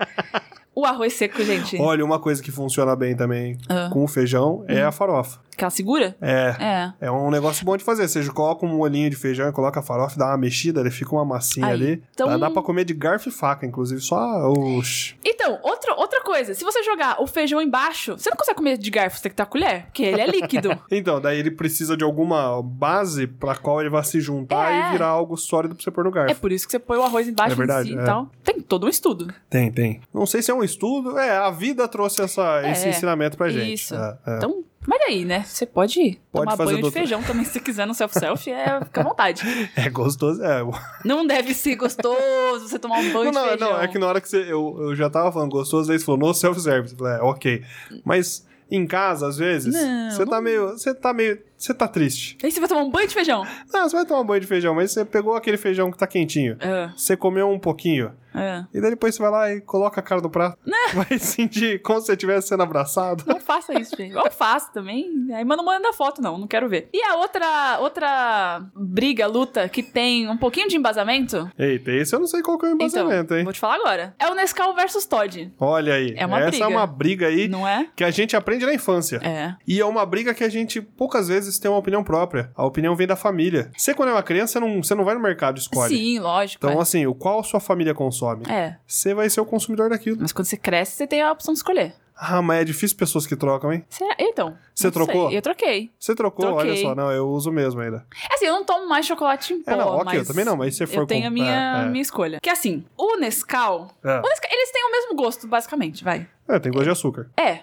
A: O arroz seco, gente.
B: Olha, uma coisa que funciona bem também
A: Ah.
B: com o feijão é a farofa.
A: que ela segura?
B: É.
A: É.
B: É um negócio bom de fazer. Você coloca um olhinho de feijão, coloca a farofa, dá uma mexida, ele fica uma massinha
A: Aí,
B: ali.
A: então-
B: Dá, dá pra comer de garfo e faca, inclusive. Só os.
A: Então, outra, outra coisa, se você jogar o feijão embaixo, você não consegue comer de garfo, você tem que ter a colher, porque ele é líquido.
B: Então, daí ele precisa de alguma base pra qual ele vai se juntar
A: É.
B: e virar algo sólido pra você pôr no
A: é
B: garfo.
A: por isso que você põe o arroz embaixo
B: É verdade,
A: em si
B: é.
A: e tal. Tem todo um estudo.
B: Tem, tem. Não sei se é um estudo. É, a vida trouxe essa-
A: É,
B: esse ensinamento pra gente.
A: isso.
B: É, é.
A: Então, mas aí, né? Você pode, tomar
B: fazer
A: banho
B: do-
A: de feijão também se quiser no self-self, é, fica à vontade.
B: É gostoso. É,
A: Não deve ser gostoso você tomar um banho
B: Não, não,
A: de feijão.
B: não, é que na hora que você. Eu, eu já tava falando gostoso, daí você falou no self-service. Eu falei, é, ok. Mas em casa, às vezes,
A: Não,
B: você tá meio. Você tá meio. Você tá triste.
A: Aí você vai tomar um banho de feijão.
B: Ah, você vai tomar banho de feijão, mas você pegou aquele feijão que tá quentinho.
A: É,
B: Você comeu um pouquinho.
A: é.
B: E daí depois você vai lá e coloca a cara no prato. Vai sentir como se você estivesse sendo abraçado.
A: Não faça isso, gente. Ou faça também. Aí mas não manda foto, não. Não quero ver. E a outra, outra briga, luta, que tem um pouquinho de embasamento...
B: Eita, esse eu não sei qual que é o embasamento,
A: então,
B: hein?
A: vou te falar agora. É o Nescau versus Todd,
B: Olha aí.
A: É uma
B: essa
A: briga.
B: é uma briga aí
A: não é?
B: que a gente aprende na infância.
A: É.
B: E é uma briga que a gente poucas vezes tem uma opinião própria. A opinião vem da família. Você, quando é uma criança, você não, você não vai no mercado e escolhe.
A: Sim, lógico.
B: Então, assim, o qual sua família consome?
A: é. É.
B: Você vai ser o consumidor daquilo.
A: Mas quando você cresce, você tem a opção de escolher.
B: Ah, mas é difícil pessoas que trocam, hein?
A: Será? Então.
B: Você
A: não sei.
B: trocou?
A: Eu troquei.
B: Você trocou,
A: Troquei.
B: olha só. Não, eu uso mesmo ainda.
A: Assim, eu não tomo mais chocolate em pó.
B: É, não, ok,
A: mas
B: eu também não, mas se você for
A: Eu tenho
B: com-
A: a minha,
B: é, é.
A: minha escolha. Que assim, o Nescau,
B: É.
A: o Nescau. Eles têm o mesmo gosto, basicamente, vai.
B: É, tem gosto de açúcar.
A: É.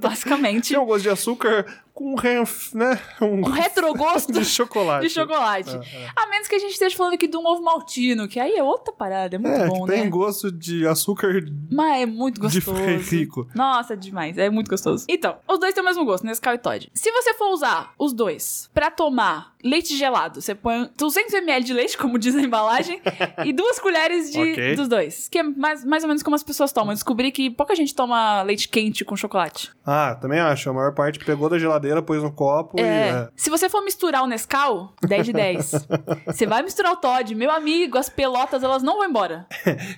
A: basicamente.
B: Tinha um gosto de açúcar com um, renf, né?
A: Um
B: Um
A: retrogosto
B: de chocolate.
A: de chocolate. A menos que a gente esteja falando aqui de um ovo maltino, que aí é outra parada, é muito
B: É,
A: bom,
B: que tem
A: né?
B: gosto de açúcar de
A: Mas é muito gostoso.
B: rico.
A: Nossa, demais. É muito gostoso. Então, os dois têm o mesmo gosto, Nescau e Todd. Se você for usar os dois pra tomar leite gelado, você põe 200ml de leite, como diz a embalagem, e duas colheres de,
B: Ok.
A: dos dois. Que é mais, mais ou menos como as pessoas tomam. Eu descobri que pouca gente toma leite quente com chocolate.
B: Ah, também acho. A maior parte pegou da geladeira, pôs no copo e...
A: É. Se você for misturar o Nescau, 10 de 10. você vai misturar o Todd. Meu amigo, as pelotas, elas não vão embora.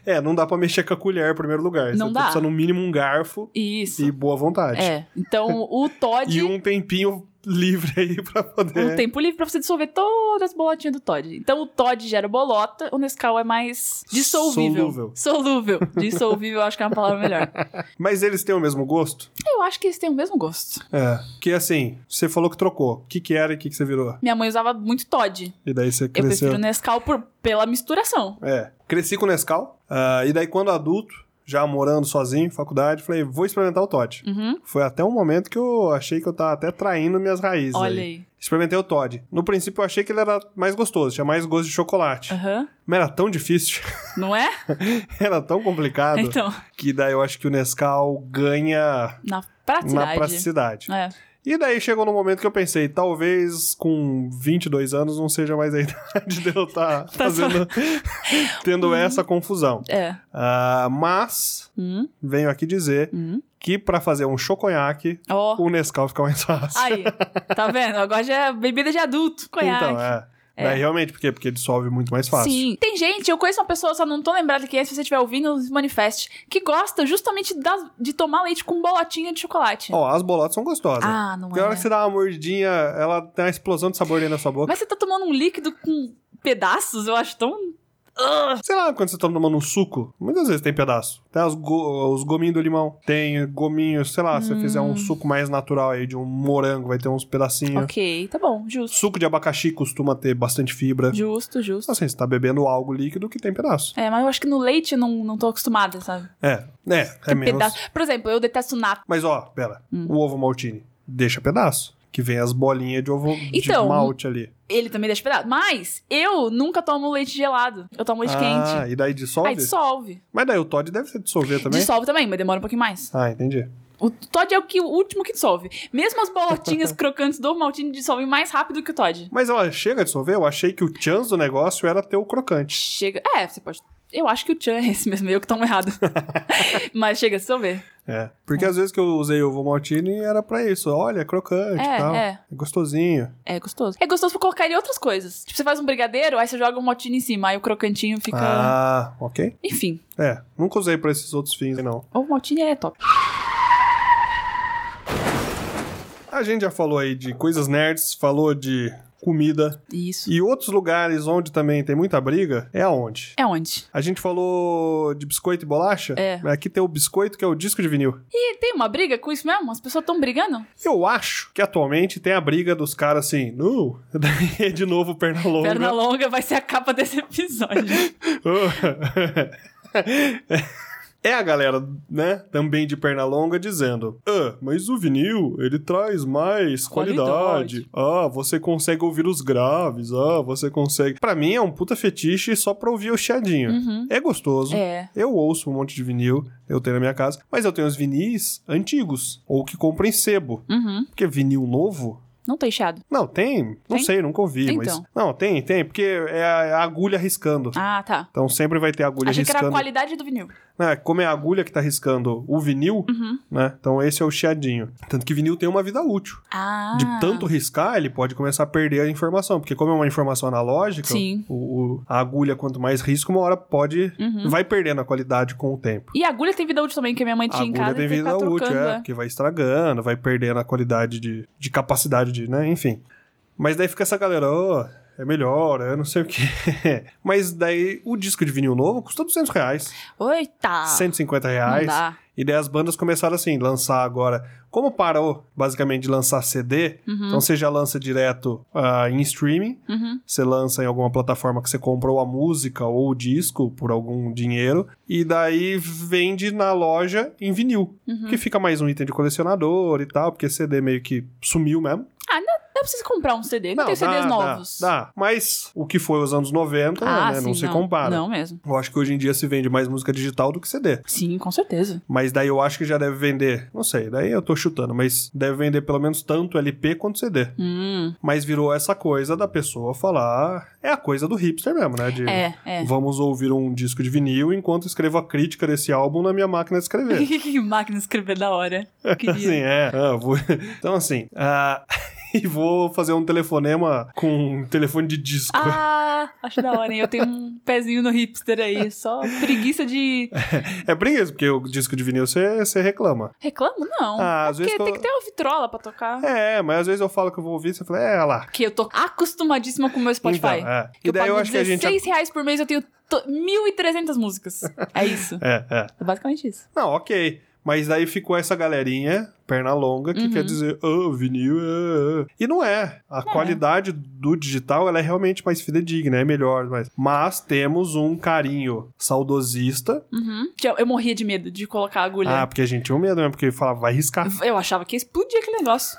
B: É, não dá pra mexer com a colher em primeiro lugar.
A: Não
B: Você
A: dá.
B: precisa no mínimo um garfo
A: Isso.
B: e boa vontade.
A: É. Então, o Todd...
B: E um tempinho livre aí pra poder.
A: um tempo livre pra você dissolver todas as bolotinhas do Todd. Então o Todd gera bolota, o Nescau é mais dissolvível.
B: Solúvel.
A: Solúvel. Dissolvível, eu acho que é uma palavra melhor.
B: Mas eles têm o mesmo gosto?
A: Eu acho que eles têm o mesmo gosto.
B: É. Que assim, você falou que trocou. O que, que era e o que, que você virou?
A: Minha mãe usava muito Todd.
B: E daí você
A: Eu
B: cresceu.
A: prefiro Nescau por, pela misturação.
B: É. Cresci com o Nescau. ah, e daí, quando adulto, já morando sozinho, faculdade, falei, vou experimentar o Todd.
A: Uhum.
B: Foi até um momento que eu achei que eu tava até traindo minhas raízes.
A: Olha
B: aí.
A: aí.
B: Experimentei o Todd. No princípio, eu achei que ele era mais gostoso, tinha mais gosto de chocolate.
A: Aham.
B: Mas era tão difícil,
A: Não é?
B: era tão complicado,
A: Então,
B: que daí eu acho que o Nescau ganha
A: na
B: na
A: praticidade.
B: praticidade.
A: É.
B: E daí chegou no momento que eu pensei, talvez com 22 anos não seja mais a idade de eu estar
A: Tá
B: fazendo, tendo essa confusão.
A: É.
B: Ah, mas
A: Hum,
B: venho aqui dizer
A: hum.
B: que pra fazer um choconhaque,
A: Ó.
B: o Nescau fica mais fácil.
A: Aí, tá vendo? Agora já é bebida de adulto. Conhaque.
B: Então, é.
A: É.
B: Daí, realmente, por quê? Porque dissolve muito mais fácil.
A: Sim. Tem gente, eu conheço uma pessoa, só não tô lembrada quem é, se você estiver ouvindo, se manifeste, que gosta justamente das- de tomar leite com bolotinha de chocolate.
B: Ó, as bolotas são gostosas.
A: ah, não
B: Porque a hora
A: é.
B: que você dá uma mordidinha, ela tem uma explosão de sabor dentro da sua boca.
A: Mas você tá tomando um líquido com pedaços, eu acho tão...
B: Sei lá, quando você tá tomando um suco, muitas vezes tem pedaço. Tem as go- os gominhos do limão. Tem gominhos, sei lá, se você fizer um suco mais natural aí, de um morango, vai ter uns pedacinhos.
A: Hum. Ok, tá bom, justo.
B: Suco de abacaxi costuma ter bastante fibra.
A: Justo, justo.
B: Assim, você tá bebendo algo líquido que tem pedaço.
A: É, mas eu acho que no leite eu não, não tô acostumada, sabe?
B: É, é, é
A: Tem
B: menos.
A: pedaço. Hum. Por exemplo, eu detesto nata.
B: Mas ó, pera, o ovo maltine, deixa pedaço. Que vem as bolinhas de ovo
A: Então,
B: de malte ali.
A: Ele também deixa pedaço. Mas eu nunca tomo leite gelado. Eu tomo leite
B: ah,
A: um quente.
B: e daí dissolve?
A: Aí dissolve.
B: Mas daí o Todd deve ser dissolver também?
A: Dissolve também, mas demora um pouquinho mais.
B: Ah, entendi.
A: O Todd é o, que, o último que dissolve. Mesmo as bolotinhas crocantes do Maltine dissolvem mais rápido que o Todd.
B: Mas ela chega a dissolver? Eu achei que o chance do negócio era ter o crocante.
A: Chega. É, você pode. Eu acho que o Chan é esse mesmo, eu que tomo errado. Mas chega a dissolver.
B: É. Porque às vezes que eu usei ovo maltine era pra isso. Olha, é crocante e
A: É,
B: tal.
A: é.
B: gostosinho.
A: É gostoso. É gostoso pra colocar em outras coisas. Tipo, você faz um brigadeiro, aí você joga um maltine em cima, aí o crocantinho fica.
B: Ah, ok.
A: Enfim, é
B: É, nunca usei pra esses outros fins, não.
A: o maltine é top.
B: A gente já falou aí de coisas nerds, falou de comida.
A: Isso.
B: E outros lugares onde também tem muita briga é aonde?
A: É onde?
B: A gente falou de biscoito e bolacha?
A: É.
B: Mas Aqui tem o biscoito, que é o disco de vinil.
A: E tem uma briga com isso mesmo? As pessoas estão brigando?
B: Eu acho que atualmente tem a briga dos caras assim, nu, daí é de novo o Pernalonga.
A: Perna longa vai ser a capa desse episódio.
B: É a galera, né, também de perna longa dizendo: Ah, mas o vinil, ele traz mais qualidade.
A: Qualidade.
B: Ah, você consegue ouvir os graves. Ah, você consegue. Pra mim é um puta fetiche só pra ouvir o chiadinho.
A: Uhum.
B: É gostoso.
A: é.
B: Eu ouço um monte de vinil, eu tenho na minha casa, mas eu tenho os vinis antigos, ou que compro em sebo.
A: Uhum.
B: Porque vinil novo,
A: Não tô inchado.
B: não, tem. Não
A: Tem?
B: sei, nunca ouvi,
A: Tem,
B: mas.
A: então.
B: Não, tem, tem, porque é a a agulha riscando.
A: Ah, tá.
B: Então sempre vai ter a agulha
A: Achei que era a
B: riscando.
A: qualidade do vinil.
B: né, como é a agulha que tá riscando o vinil,
A: Uhum.
B: né? Então esse é o chiadinho. Tanto que vinil tem uma vida útil.
A: Ah.
B: De tanto riscar, ele pode começar a perder a informação. Porque como é uma informação analógica,
A: Sim.
B: o- o- a agulha, quanto mais risco, uma hora pode.
A: Uhum.
B: Vai perdendo a qualidade com o tempo.
A: E a agulha tem vida útil também, que a minha mãe
B: A
A: tinha em
B: agulha
A: casa.
B: tem
A: e tem que
B: vida
A: ficar
B: útil,
A: trocando, né?
B: é, porque vai estragando, vai perdendo a qualidade de, de capacidade de, né, enfim. Mas daí fica essa galera, ó, é melhor, eu não sei o quê. Mas daí o disco de vinil novo custa 200 reais,
A: Oita!
B: 150
A: Ah. tá. Não
B: reais.
A: dá.
B: E daí as bandas começaram assim, lançar agora. Como parou, basicamente, de lançar CD,
A: Hum.
B: então você já lança direto ah, em streaming,
A: Uhum.
B: você lança em alguma plataforma que você comprou a música ou o disco por algum dinheiro, e daí vende na loja em vinil,
A: Uhum.
B: que fica mais um item de colecionador e tal, porque CD meio que sumiu mesmo.
A: Ah, não, não precisa comprar um CD. Não, tem CDs
B: dá,
A: novos.
B: Dá, dá. Mas o que foi os anos 90,
A: Ah,
B: né,
A: sim,
B: não se compara.
A: Não mesmo.
B: Eu acho que hoje em dia se vende mais música digital do que CD.
A: Sim, com certeza.
B: Mas daí eu acho que já deve vender, não sei, daí eu tô chutando, mas deve vender pelo menos tanto LP quanto CD.
A: Hum,
B: Mas virou essa coisa da pessoa falar, é a coisa do hipster mesmo, né? De
A: é, é.
B: vamos ouvir um disco de vinil enquanto escrevo a crítica desse álbum na minha máquina de escrever.
A: que máquina de escrever da hora.
B: assim,
A: Queria.
B: é. ah, vou- Então assim, ah, e vou fazer um telefonema com um telefone de disco.
A: Ah, acho da hora, hein? Eu tenho um pezinho no hipster aí. Só preguiça de.
B: É preguiça, porque o disco de vinil você você reclama.
A: Reclamo? Não.
B: Ah, às
A: Porque
B: vezes que
A: tem
B: eu-
A: que ter uma vitrola pra tocar.
B: É, mas às vezes eu falo que eu vou ouvir, você fala, é, olha lá.
A: Que eu tô acostumadíssima com o meu Spotify.
B: Então, é.
A: Que
B: E daí eu
A: pago
B: acho que a gente
A: 16 reais por mês eu tenho to- 1.300 músicas. É isso.
B: É, é.
A: É basicamente isso.
B: Não, ok. Mas daí ficou essa galerinha, perna longa, que
A: Uhum.
B: quer dizer, ah, vinil, ah, ah." E não é. A qualidade do digital, ela é realmente mais fidedigna, é melhor. Mas, mas temos um carinho saudosista.
A: Uhum. Tinha- Eu morria de medo de colocar a agulha.
B: Ah, porque a gente tinha um medo mesmo, porque falava, vai riscar.
A: Eu achava que explodia aquele negócio.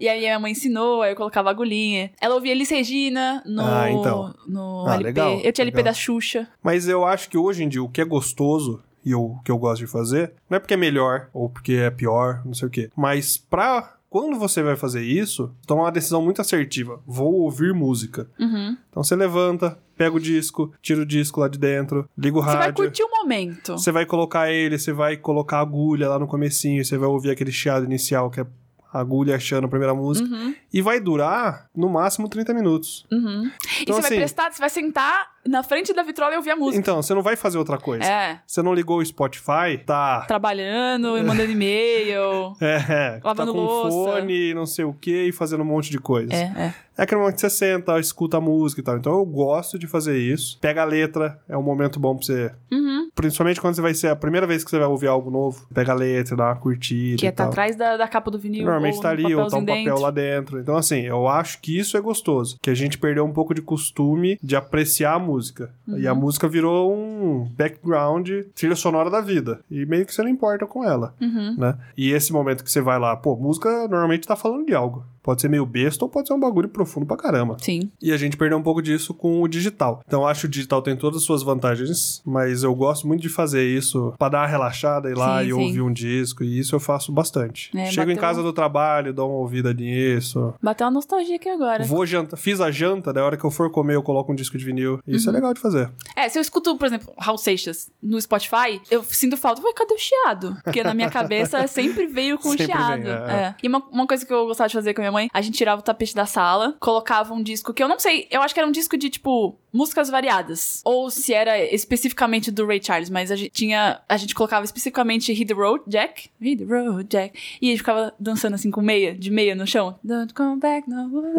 A: e aí minha mãe ensinou, aí eu colocava a agulhinha. Ela ouvia Elis Regina no,
B: Ah, então.
A: no
B: Ah,
A: LP.
B: legal,
A: eu tinha LP da
B: legal.
A: Xuxa.
B: Mas eu acho que hoje em dia o que é gostoso e o que eu gosto de fazer, não é porque é melhor ou porque é pior, não sei o quê. Mas pra. Quando você vai fazer isso, toma uma decisão muito assertiva. Vou ouvir música.
A: Uhum.
B: Então você levanta, pega o disco, tira o disco lá de dentro, liga o
A: Você vai
B: rádio.
A: curtir o momento.
B: Você vai colocar ele, você vai colocar a agulha lá no comecinho, você vai ouvir aquele chiado inicial que é a agulha achando a primeira música.
A: Uhum,
B: E vai durar, no máximo, 30 minutos.
A: uhum. e você
B: Então,
A: vai
B: assim-
A: prestar, você vai sentar na frente da vitrola e ouvir a música.
B: Então, você não vai fazer outra coisa.
A: É.
B: Você não ligou o Spotify, tá...
A: Trabalhando e mandando e-mail.
B: É, tá
A: Lavando
B: com
A: louça.
B: fone, não sei o que, e fazendo um monte de coisa.
A: É, é.
B: É aquele momento que você senta, escuta a música e tal. Então eu gosto de fazer isso. Pega a letra, é um momento bom pra você
A: Uhum.
B: Principalmente quando você vai ser a primeira vez que você vai ouvir algo novo. Pega a letra, dá uma curtida.
A: Que
B: e
A: é tá
B: tal.
A: atrás da, da capa do vinil.
B: Normalmente
A: ou
B: tá
A: no
B: ali, ou tá um
A: papelzinho
B: papel
A: dentro.
B: lá dentro. Então, assim, eu acho que isso é gostoso. Que a gente perdeu um pouco de costume de apreciar a música. E
A: Uhum.
B: a música virou um background, trilha sonora da vida. E meio que você não importa com ela,
A: Uhum.
B: né? E esse momento que você vai lá, pô, música normalmente tá falando de algo. Pode ser meio besta ou pode ser um bagulho profundo pra caramba.
A: Sim.
B: E a gente perdeu um pouco disso com o digital. Então acho que o digital tem todas as suas vantagens, mas eu gosto muito de fazer isso pra dar uma relaxada, ir lá
A: Sim,
B: e
A: sim.
B: ouvir um disco, e isso eu faço bastante.
A: É,
B: Chego em
A: bateu-
B: casa do trabalho, dou uma ouvida nisso.
A: Bateu uma nostalgia aqui agora.
B: Vou jantar, fiz a janta, da hora que eu for comer eu coloco um disco de vinil. Isso
A: Uhum.
B: é legal de fazer.
A: É, se eu escuto, por exemplo, Raul Seixas no Spotify, eu sinto falta. Ué, cadê o chiado? Porque na minha cabeça sempre veio com
B: Sempre
A: chiado.
B: vem, é.
A: É. E uma, uma coisa que eu gostava de fazer com a minha mãe, a gente tirava o tapete da sala, colocava um disco que eu não sei, eu acho que era um disco de tipo músicas variadas, ou se era especificamente do Ray Charles, mas a gente tinha, a gente colocava especificamente Hit the Road Jack, Hit the Road Jack, e ele ficava dançando assim com meia, de meia no chão. Don't come back no more.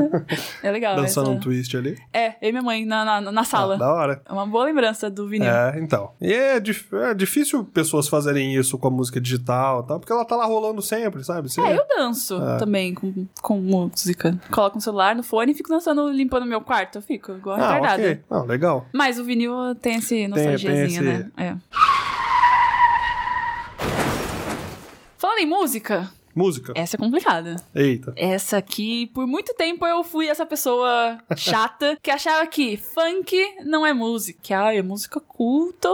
A: É legal, né?
B: Dançando um
A: Essa-
B: twist ali.
A: É, eu e minha mãe na, na, na
B: Ah,
A: sala.
B: da hora.
A: É uma boa lembrança do vinil.
B: É, então. E é, dif- é difícil pessoas fazerem isso com a música digital e tal, porque ela tá lá rolando sempre, sabe? Você-
A: É, eu danço também com, com música. Coloco um celular no fone e fico dançando, limpando meu quarto. Eu fico igual
B: Ah,
A: retardada.
B: ok. Não, legal.
A: Mas o vinil tem esse
B: tem
A: nostalgiazinha,
B: esse-
A: né? É. Falando em música,
B: Música.
A: essa é complicada.
B: Eita.
A: Essa aqui, por muito tempo eu fui essa pessoa chata que achava que funk não é música. Que, ai, é música culta.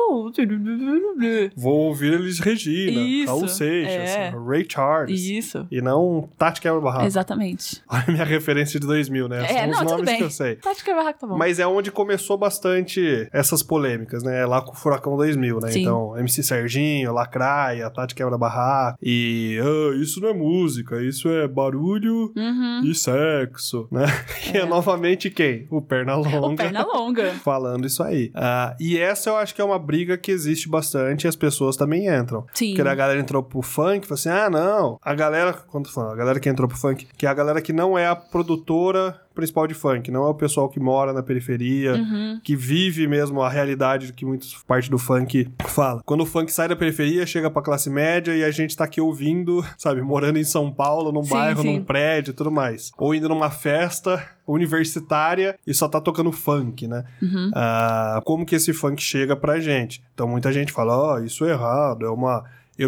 B: Vou ouvir Elis Regina,
A: Isso,
B: Raul Seixas,
A: é.
B: Ray Charles.
A: Isso.
B: E não um Tati Quebra-Barraco.
A: Exatamente.
B: Olha a minha referência de 2000, né?
A: É,
B: São os
A: não, tudo
B: nomes
A: bem.
B: que eu sei.
A: Tati Carvajal tá bom.
B: Mas é onde começou bastante essas polêmicas, né? Lá com o Furacão 2000, né?
A: Sim.
B: Então, MC Serginho, Lacraia, Tati Quebra-Barraco. E "Ah, isso não é música, isso é barulho
A: Uhum.
B: e sexo, né? E é novamente quem? O Pernalonga.
A: O perna longa.
B: Falando isso aí. Ah, e essa eu acho que é uma briga que existe bastante e as pessoas também entram.
A: Sim.
B: Porque daí a galera entrou pro funk, falou assim: ah, não. A galera, quando falando, a galera que entrou pro funk, que é a galera que não é a produtora principal de funk, não é o pessoal que mora na periferia,
A: Uhum.
B: que vive mesmo a realidade que muita parte do funk fala. Quando o funk sai da periferia, chega pra classe média e a gente tá aqui ouvindo, sabe, morando em São Paulo, num
A: Sim,
B: bairro,
A: sim.
B: num prédio e tudo mais. Ou indo numa festa universitária e só tá tocando funk, né?
A: Uhum.
B: Ah, como que esse funk chega pra gente. Então muita gente fala, ó, isso é errado, é uma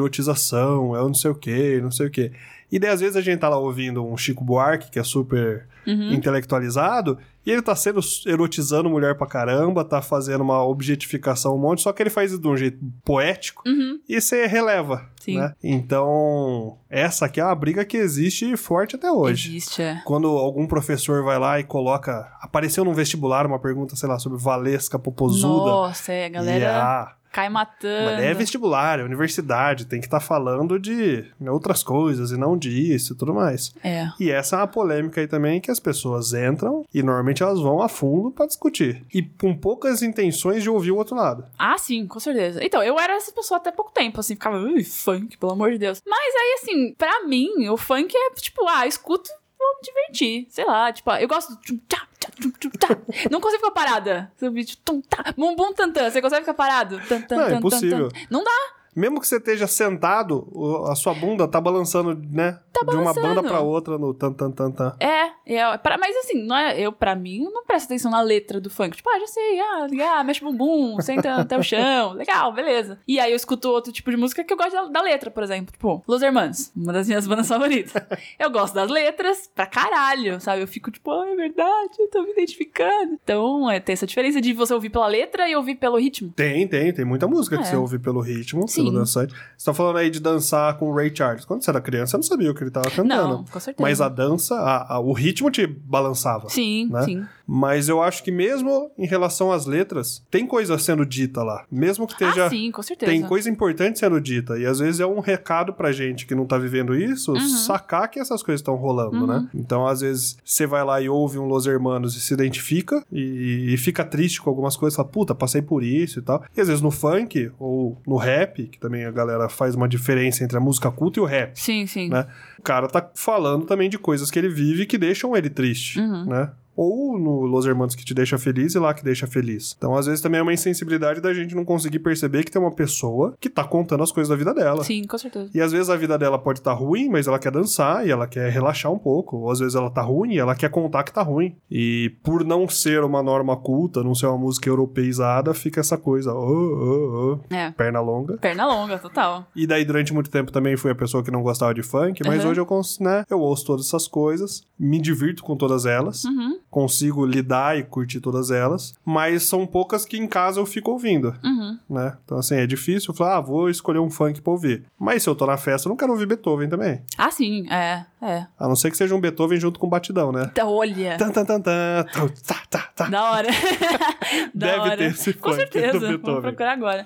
B: erotização, é um não sei o que, não sei o que. E daí às vezes a gente tá lá ouvindo um Chico Buarque, que é super
A: Uhum.
B: intelectualizado, e ele tá sendo erotizando mulher pra caramba, tá fazendo uma objetificação um monte, só que ele faz isso de um jeito poético,
A: Uhum.
B: e você releva,
A: Sim.
B: né? Então, essa aqui é uma briga que existe forte até hoje
A: Existe, é.
B: quando algum professor vai lá e coloca. Apareceu num vestibular uma pergunta, sei lá, sobre Valesca Popozuda.
A: Nossa, é, a
B: E,
A: galera
B: ah,
A: cai matando.
B: mas é vestibular, é universidade, tem que estar falando de né, outras coisas e não disso e tudo mais.
A: É.
B: E essa é uma polêmica aí também que as pessoas entram e normalmente elas vão a fundo pra discutir. E com poucas intenções de ouvir o outro lado.
A: Ah, sim, com certeza. Então, eu era essa pessoa até pouco tempo, assim, ficava, ui, funk, pelo amor de Deus. Mas aí, assim, pra mim, o funk é tipo, ah, escuto, vou me divertir. Sei lá, tipo, ah, eu gosto do tchum, tchá, tchá, tchum, tchum, tchá. Não consigo ficar parada. Seu vídeo, tum, tá, bum, bum, tan, tan. Você consegue ficar parado? Tan, tan,
B: Não, é
A: tan, tan,
B: impossível.
A: tan. Não dá,
B: Mesmo que você esteja sentado, o- a sua bunda tá balançando, né? de uma
A: Tá balançando.
B: banda pra outra no tan tan tan tan.
A: é, é, pra- mas assim, não é, eu, pra mim, eu não presto atenção na letra do funk. Tipo, ah, já sei, ah, ah mexe bumbum, senta até o chão, legal, beleza. E aí eu escuto outro tipo de música que eu gosto da, da letra, por exemplo. Tipo, Los Hermanos, uma das minhas bandas favoritas. Eu gosto das letras pra caralho, sabe? Eu fico tipo, ah, é verdade, eu tô me identificando. Então, é, tem essa diferença de você ouvir pela letra e ouvir pelo ritmo.
B: Tem, tem, tem muita música
A: É.
B: que você ouve pelo ritmo,
A: Sim.
B: pelo dançante. Você tá falando aí de dançar com o Ray Charles. Quando você era criança, você não sabia o que ele tava cantando.
A: Não, com certeza.
B: Mas a dança, a- a- o ritmo te balançava.
A: Sim,
B: né?
A: sim.
B: Mas eu acho que mesmo em relação às letras, tem coisa sendo dita lá. Mesmo que esteja.
A: Ah, sim, com certeza.
B: Tem coisa importante sendo dita. E às vezes é um recado pra gente que não tá vivendo isso,
A: Uhum.
B: sacar que essas coisas estão rolando,
A: Uhum.
B: né? Então, às vezes, você vai lá e ouve um Los Hermanos e se identifica e, e fica triste com algumas coisas, fala, puta, passei por isso e tal. E às vezes no funk ou no rap, que também a galera faz uma diferença entre a música culta e o rap.
A: Sim, sim.
B: Né? O cara tá falando também de coisas que ele vive que deixam ele triste,
A: Uhum.
B: né? Ou no Los Hermanos que te deixa feliz e lá que deixa feliz. Então, às vezes, também é uma insensibilidade da gente não conseguir perceber que tem uma pessoa que tá contando as coisas da vida dela.
A: Sim, com certeza.
B: E às vezes a vida dela pode estar ruim, mas ela quer dançar e ela quer relaxar um pouco. Ou às vezes ela tá ruim e ela quer contar que tá ruim. E por não ser uma norma culta, não ser uma música europeizada, fica essa coisa, ô, ô, ô,
A: É.
B: perna longa.
A: Perna longa, total.
B: E daí, durante muito tempo, também fui a pessoa que não gostava de funk, mas
A: Aham.
B: hoje eu, cons- né, eu ouço todas essas coisas, me divirto com todas elas,
A: Uhum,
B: consigo lidar e curtir todas elas, mas são poucas que em casa eu fico ouvindo,
A: uhum.
B: né? Então, assim, é difícil falar, ah, vou escolher um funk pra ouvir. Mas se eu tô na festa, eu não quero ouvir Beethoven também.
A: Ah, sim, é, é.
B: A não ser que seja um Beethoven junto com um batidão, né?
A: Então, olha.
B: Tan, tan, tan, tan, tu, tá, tá, tá.
A: Da hora. da
B: Deve
A: hora.
B: ter esse
A: Com
B: funk do
A: certeza. Vou
B: Beethoven.
A: procurar agora.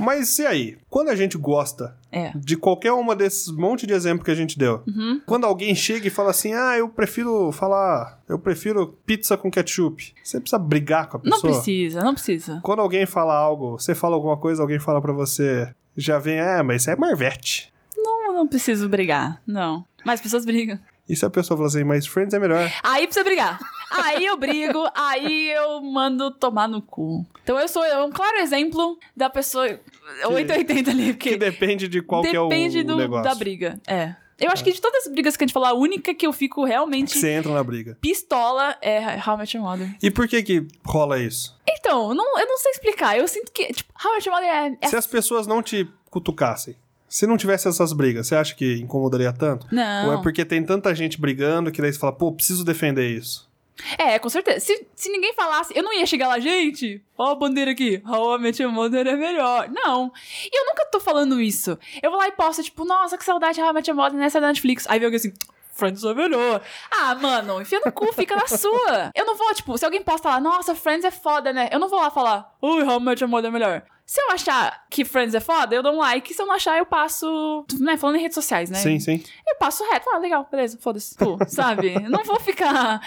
B: Mas e aí? Quando a gente gosta
A: É.
B: de qualquer uma desses monte de exemplo que a gente deu,
A: Uhum.
B: quando alguém chega e fala assim, ah, eu prefiro falar, eu prefiro pizza com ketchup, você precisa brigar com a
A: Não
B: pessoa?
A: precisa, não precisa.
B: Quando alguém fala algo, você fala alguma coisa, alguém fala pra você, já vem, é, mas isso é Marvete.
A: Não, não preciso brigar, não. Mas as pessoas brigam.
B: E se a pessoa fala assim, mas Friends é melhor?
A: Aí precisa brigar. Aí eu brigo, aí eu mando tomar no cu. Então eu sou um claro exemplo da pessoa 880 ali,
B: Que
A: porque
B: depende de qual que é o
A: depende do-
B: negócio.
A: da briga. É. Eu acho que de todas as brigas que a gente falou, a única que eu fico realmente
B: Você entra na briga.
A: pistola é How I Met Your Mother.
B: E por que que rola isso?
A: Então, não- eu não sei explicar. Eu sinto que, tipo, How I Met Your Mother é... é-
B: Se as pessoas não te cutucassem, se não tivesse essas brigas, você acha que incomodaria tanto?
A: Não.
B: Ou é porque tem tanta gente brigando que daí você fala, pô, preciso defender isso.
A: É, com certeza. Se, se ninguém falasse, eu não ia chegar lá, gente, ó a bandeira aqui, How I Met Your Mother é melhor. Não. E eu nunca tô falando isso. Eu vou lá e posto, tipo, nossa, que saudade de How I Met Your Mother nessa da Netflix. Aí vem alguém assim... Friends é melhor. Ah, mano, enfia no cu, fica na sua. Eu não vou, tipo, se alguém posta lá, nossa, Friends é foda, né? Eu não vou lá falar, ui, How I Met Your Mother é melhor. Se eu achar que Friends é foda, eu dou um like. Se eu não achar, eu passo. Né, falando em redes sociais, né?
B: Sim, sim.
A: Eu passo reto, ah, legal, beleza, foda-se, tu, sabe? Eu não vou ficar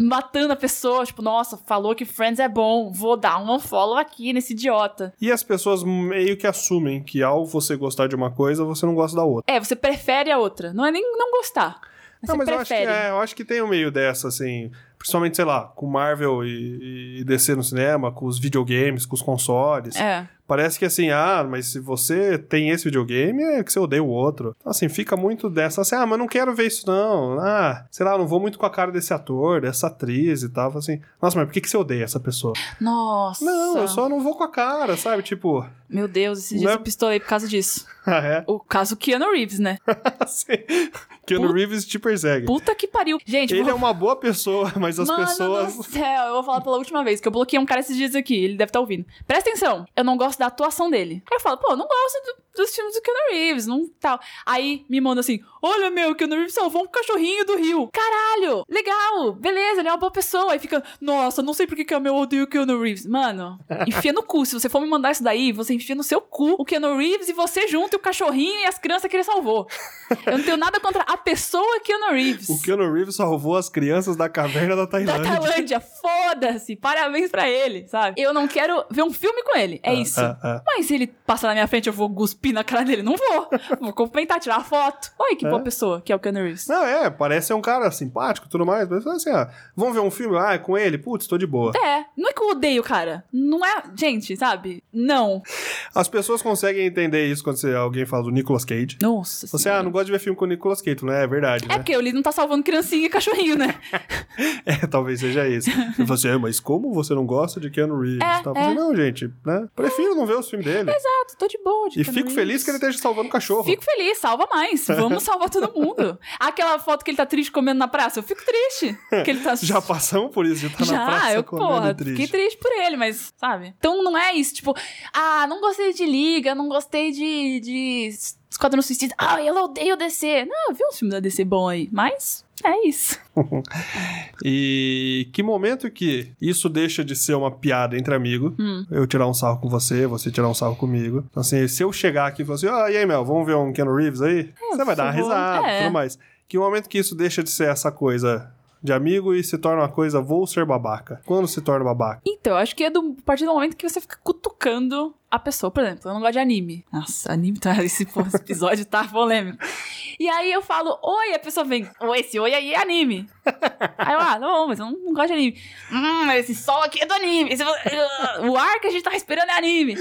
A: matando a pessoa, tipo, nossa, falou que Friends é bom, vou dar um unfollow aqui nesse idiota.
B: E as pessoas meio que assumem que ao você gostar de uma coisa, você não gosta da outra.
A: É, você prefere a outra, não é nem não gostar. Você
B: não, mas eu acho, que,
A: prefere.
B: é, eu acho que tem um meio dessa, assim. Principalmente, sei lá, com Marvel e, e DC no cinema, com os videogames, com os consoles.
A: É.
B: Parece que assim, ah, mas se você tem esse videogame, é que você odeia o outro. Então, assim, fica muito dessa, assim, ah, mas não quero ver isso não. Ah, sei lá, não vou muito com a cara desse ator, dessa atriz e tal. Fala Assim, nossa, mas por que, que você odeia essa pessoa?
A: Nossa.
B: Não, eu só não vou com a cara, sabe? Tipo,
A: Meu Deus, esses
B: Não
A: dias
B: é-
A: eu pistolei por causa disso.
B: ah, é.
A: O caso Keanu Reeves, né?
B: Assim, Keanu
A: Puta-
B: Reeves te persegue.
A: Puta que pariu. Gente,
B: Ele
A: vou...
B: é uma boa pessoa, mas as
A: Mano
B: pessoas.
A: do céu, eu vou falar pela última vez, que eu bloqueei um cara esses dias aqui, ele deve estar ouvindo. Presta atenção, eu não gosto da atuação dele. Aí eu falo, pô, eu não gosto do- dos filmes do Keanu Reeves, não tal. Aí me manda assim, olha meu, o Keanu Reeves salvou um cachorrinho do rio. Caralho, legal, beleza, ele é uma boa pessoa. Aí fica, nossa, não sei por que que eu meu odeio o Keanu Reeves. Mano, enfia no cu, se você for me mandar isso daí, você enfia no seu cu o Keanu Reeves e você junto, e o cachorrinho e as crianças que ele salvou. Eu não tenho nada contra a pessoa Keanu Reeves.
B: O Keanu Reeves salvou as crianças da caverna da
A: Da
B: Tailândia.
A: Tailândia, foda-se, parabéns pra ele, sabe? Eu não quero ver um filme com ele, é
B: Ah,
A: isso.
B: ah, ah.
A: Mas se ele passar na minha frente, eu vou cuspir na cara dele, não vou. vou comentar, tirar foto. Olha que boa
B: É.
A: pessoa que é o Keanu Reeves.
B: Não, é, parece ser um cara simpático e tudo mais, mas assim, ah, vamos ver um filme? Ah, é com ele? Putz, tô de boa.
A: É, não é que eu odeio o cara. Não é. Gente, sabe? Não.
B: As pessoas conseguem entender isso quando você- alguém fala do Nicolas Cage.
A: Nossa.
B: Você,
A: senhora.
B: ah, não gosta de ver filme com o Nicolas Cage, né? É verdade,
A: É
B: né?
A: porque ele não tá salvando criancinha e cachorrinho, né?
B: É, talvez seja isso. E você, "Ah, mas como você não gosta de Keanu Reeves?
A: É,
B: Tá,
A: é.
B: falando, Não, gente, né? Prefiro não ver os filmes dele.
A: Exato, tô de boa. de
B: E
A: Keanu
B: fico feliz que ele tá
A: Reeves.
B: esteja salvando o cachorro.
A: Fico feliz, salva mais. Vamos salvar todo mundo. Aquela foto que ele tá triste comendo na praça, eu fico triste. Que ele tá
B: Já passamos por isso, já tá na praça
A: eu,
B: comendo
A: porra,
B: triste.
A: fiquei triste por ele, mas, sabe? Então não é isso, tipo, ah, não gostei de Liga, não gostei de, de Esquadrão Suicida, ah, eu odeio DC. Não, eu vi uns filmes da DC bom aí, mas é isso.
B: E que momento que isso deixa de ser uma piada entre amigo, eu tirar um sarro com você, você tirar um sarro comigo. Então, assim, se eu chegar aqui e falar assim, ah, e aí, Mel, vamos ver um Ken Reeves aí? você vai dar uma
A: por favor.
B: risada
A: É.
B: tudo mais. Que momento que isso deixa de ser essa coisa de amigo e se torna uma coisa, vou ser babaca. Quando se torna babaca?
A: Então, eu acho que é do, a partir do momento que você fica cutucando a pessoa. Por exemplo, eu não gosto de anime. Nossa, anime tá. Esse, pô, esse episódio tá polêmico. E aí eu falo, oi, a pessoa vem, oi, esse oi aí é anime. Aí eu, ah, não, mas eu não, não gosto de anime. Hum, esse sol aqui é do anime. Esse- o ar que a gente tá respirando é anime.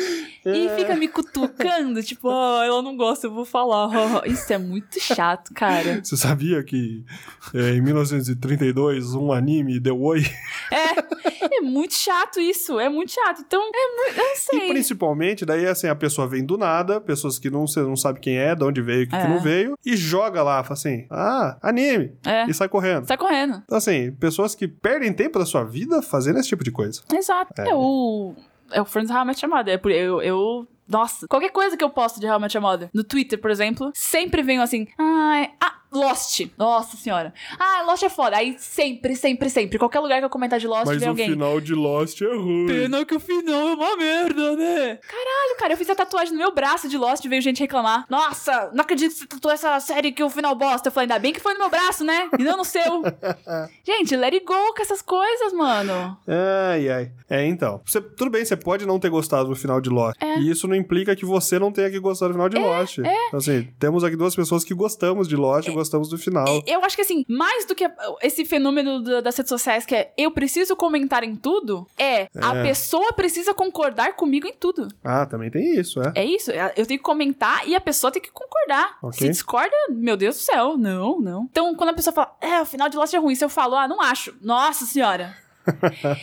A: E
B: É.
A: fica me cutucando, tipo, ah, ela não gosta, eu vou falar. Isso é muito chato, cara.
B: Você sabia que eh, em 1932 um anime deu oi?
A: É, é muito chato isso, é muito chato. Então, é muito. Eu não sei.
B: E principalmente, daí assim, a pessoa vem do nada, pessoas que não, você não sabe quem é, de onde veio, o que, que
A: É.
B: não veio, e joga lá, fala assim, ah, anime,
A: É,
B: e sai correndo.
A: sai correndo.
B: Então, assim, pessoas que perdem tempo da sua vida fazendo esse tipo de coisa.
A: Exato.
B: É.
A: É, o. É o Friends How I Met Your Mother. É por, eu, eu. Nossa, qualquer coisa que eu posto de How I Met Your Mother, no Twitter, por exemplo, sempre vem assim. Ai, ah, Lost. Nossa senhora. Ah, Lost é foda. Aí sempre, sempre, sempre. Qualquer lugar que eu comentar de Lost,
B: Mas
A: vem
B: o
A: alguém.
B: final de Lost é ruim.
A: Pena que o final é uma merda, né? Caralho, cara, eu fiz a tatuagem no meu braço de Lost e veio gente reclamar. Nossa, não acredito que você tatuou essa série que o final bosta. Eu falei, ainda bem que foi no meu braço, né? E não no seu. gente, let it go com essas coisas, mano.
B: Ai, ai. É, então. Você- tudo bem, você pode não ter gostado do final de Lost.
A: É.
B: E isso não implica que você não tenha que gostar do final de Lost. Então, assim, temos aqui duas pessoas que gostamos de
A: É.
B: Lost e gostamos do final.
A: Eu acho que, assim, mais do que esse fenômeno da- das redes sociais que é eu preciso comentar em tudo, é a pessoa precisa concordar comigo em tudo.
B: Ah, também tem isso, é.
A: É isso, eu tenho que comentar e a pessoa tem que concordar.
B: Ok.
A: Se discorda, meu Deus do céu, não, não. Então, quando a pessoa fala, é, o final de Lost é ruim, se eu falo, ah, não acho, nossa senhora.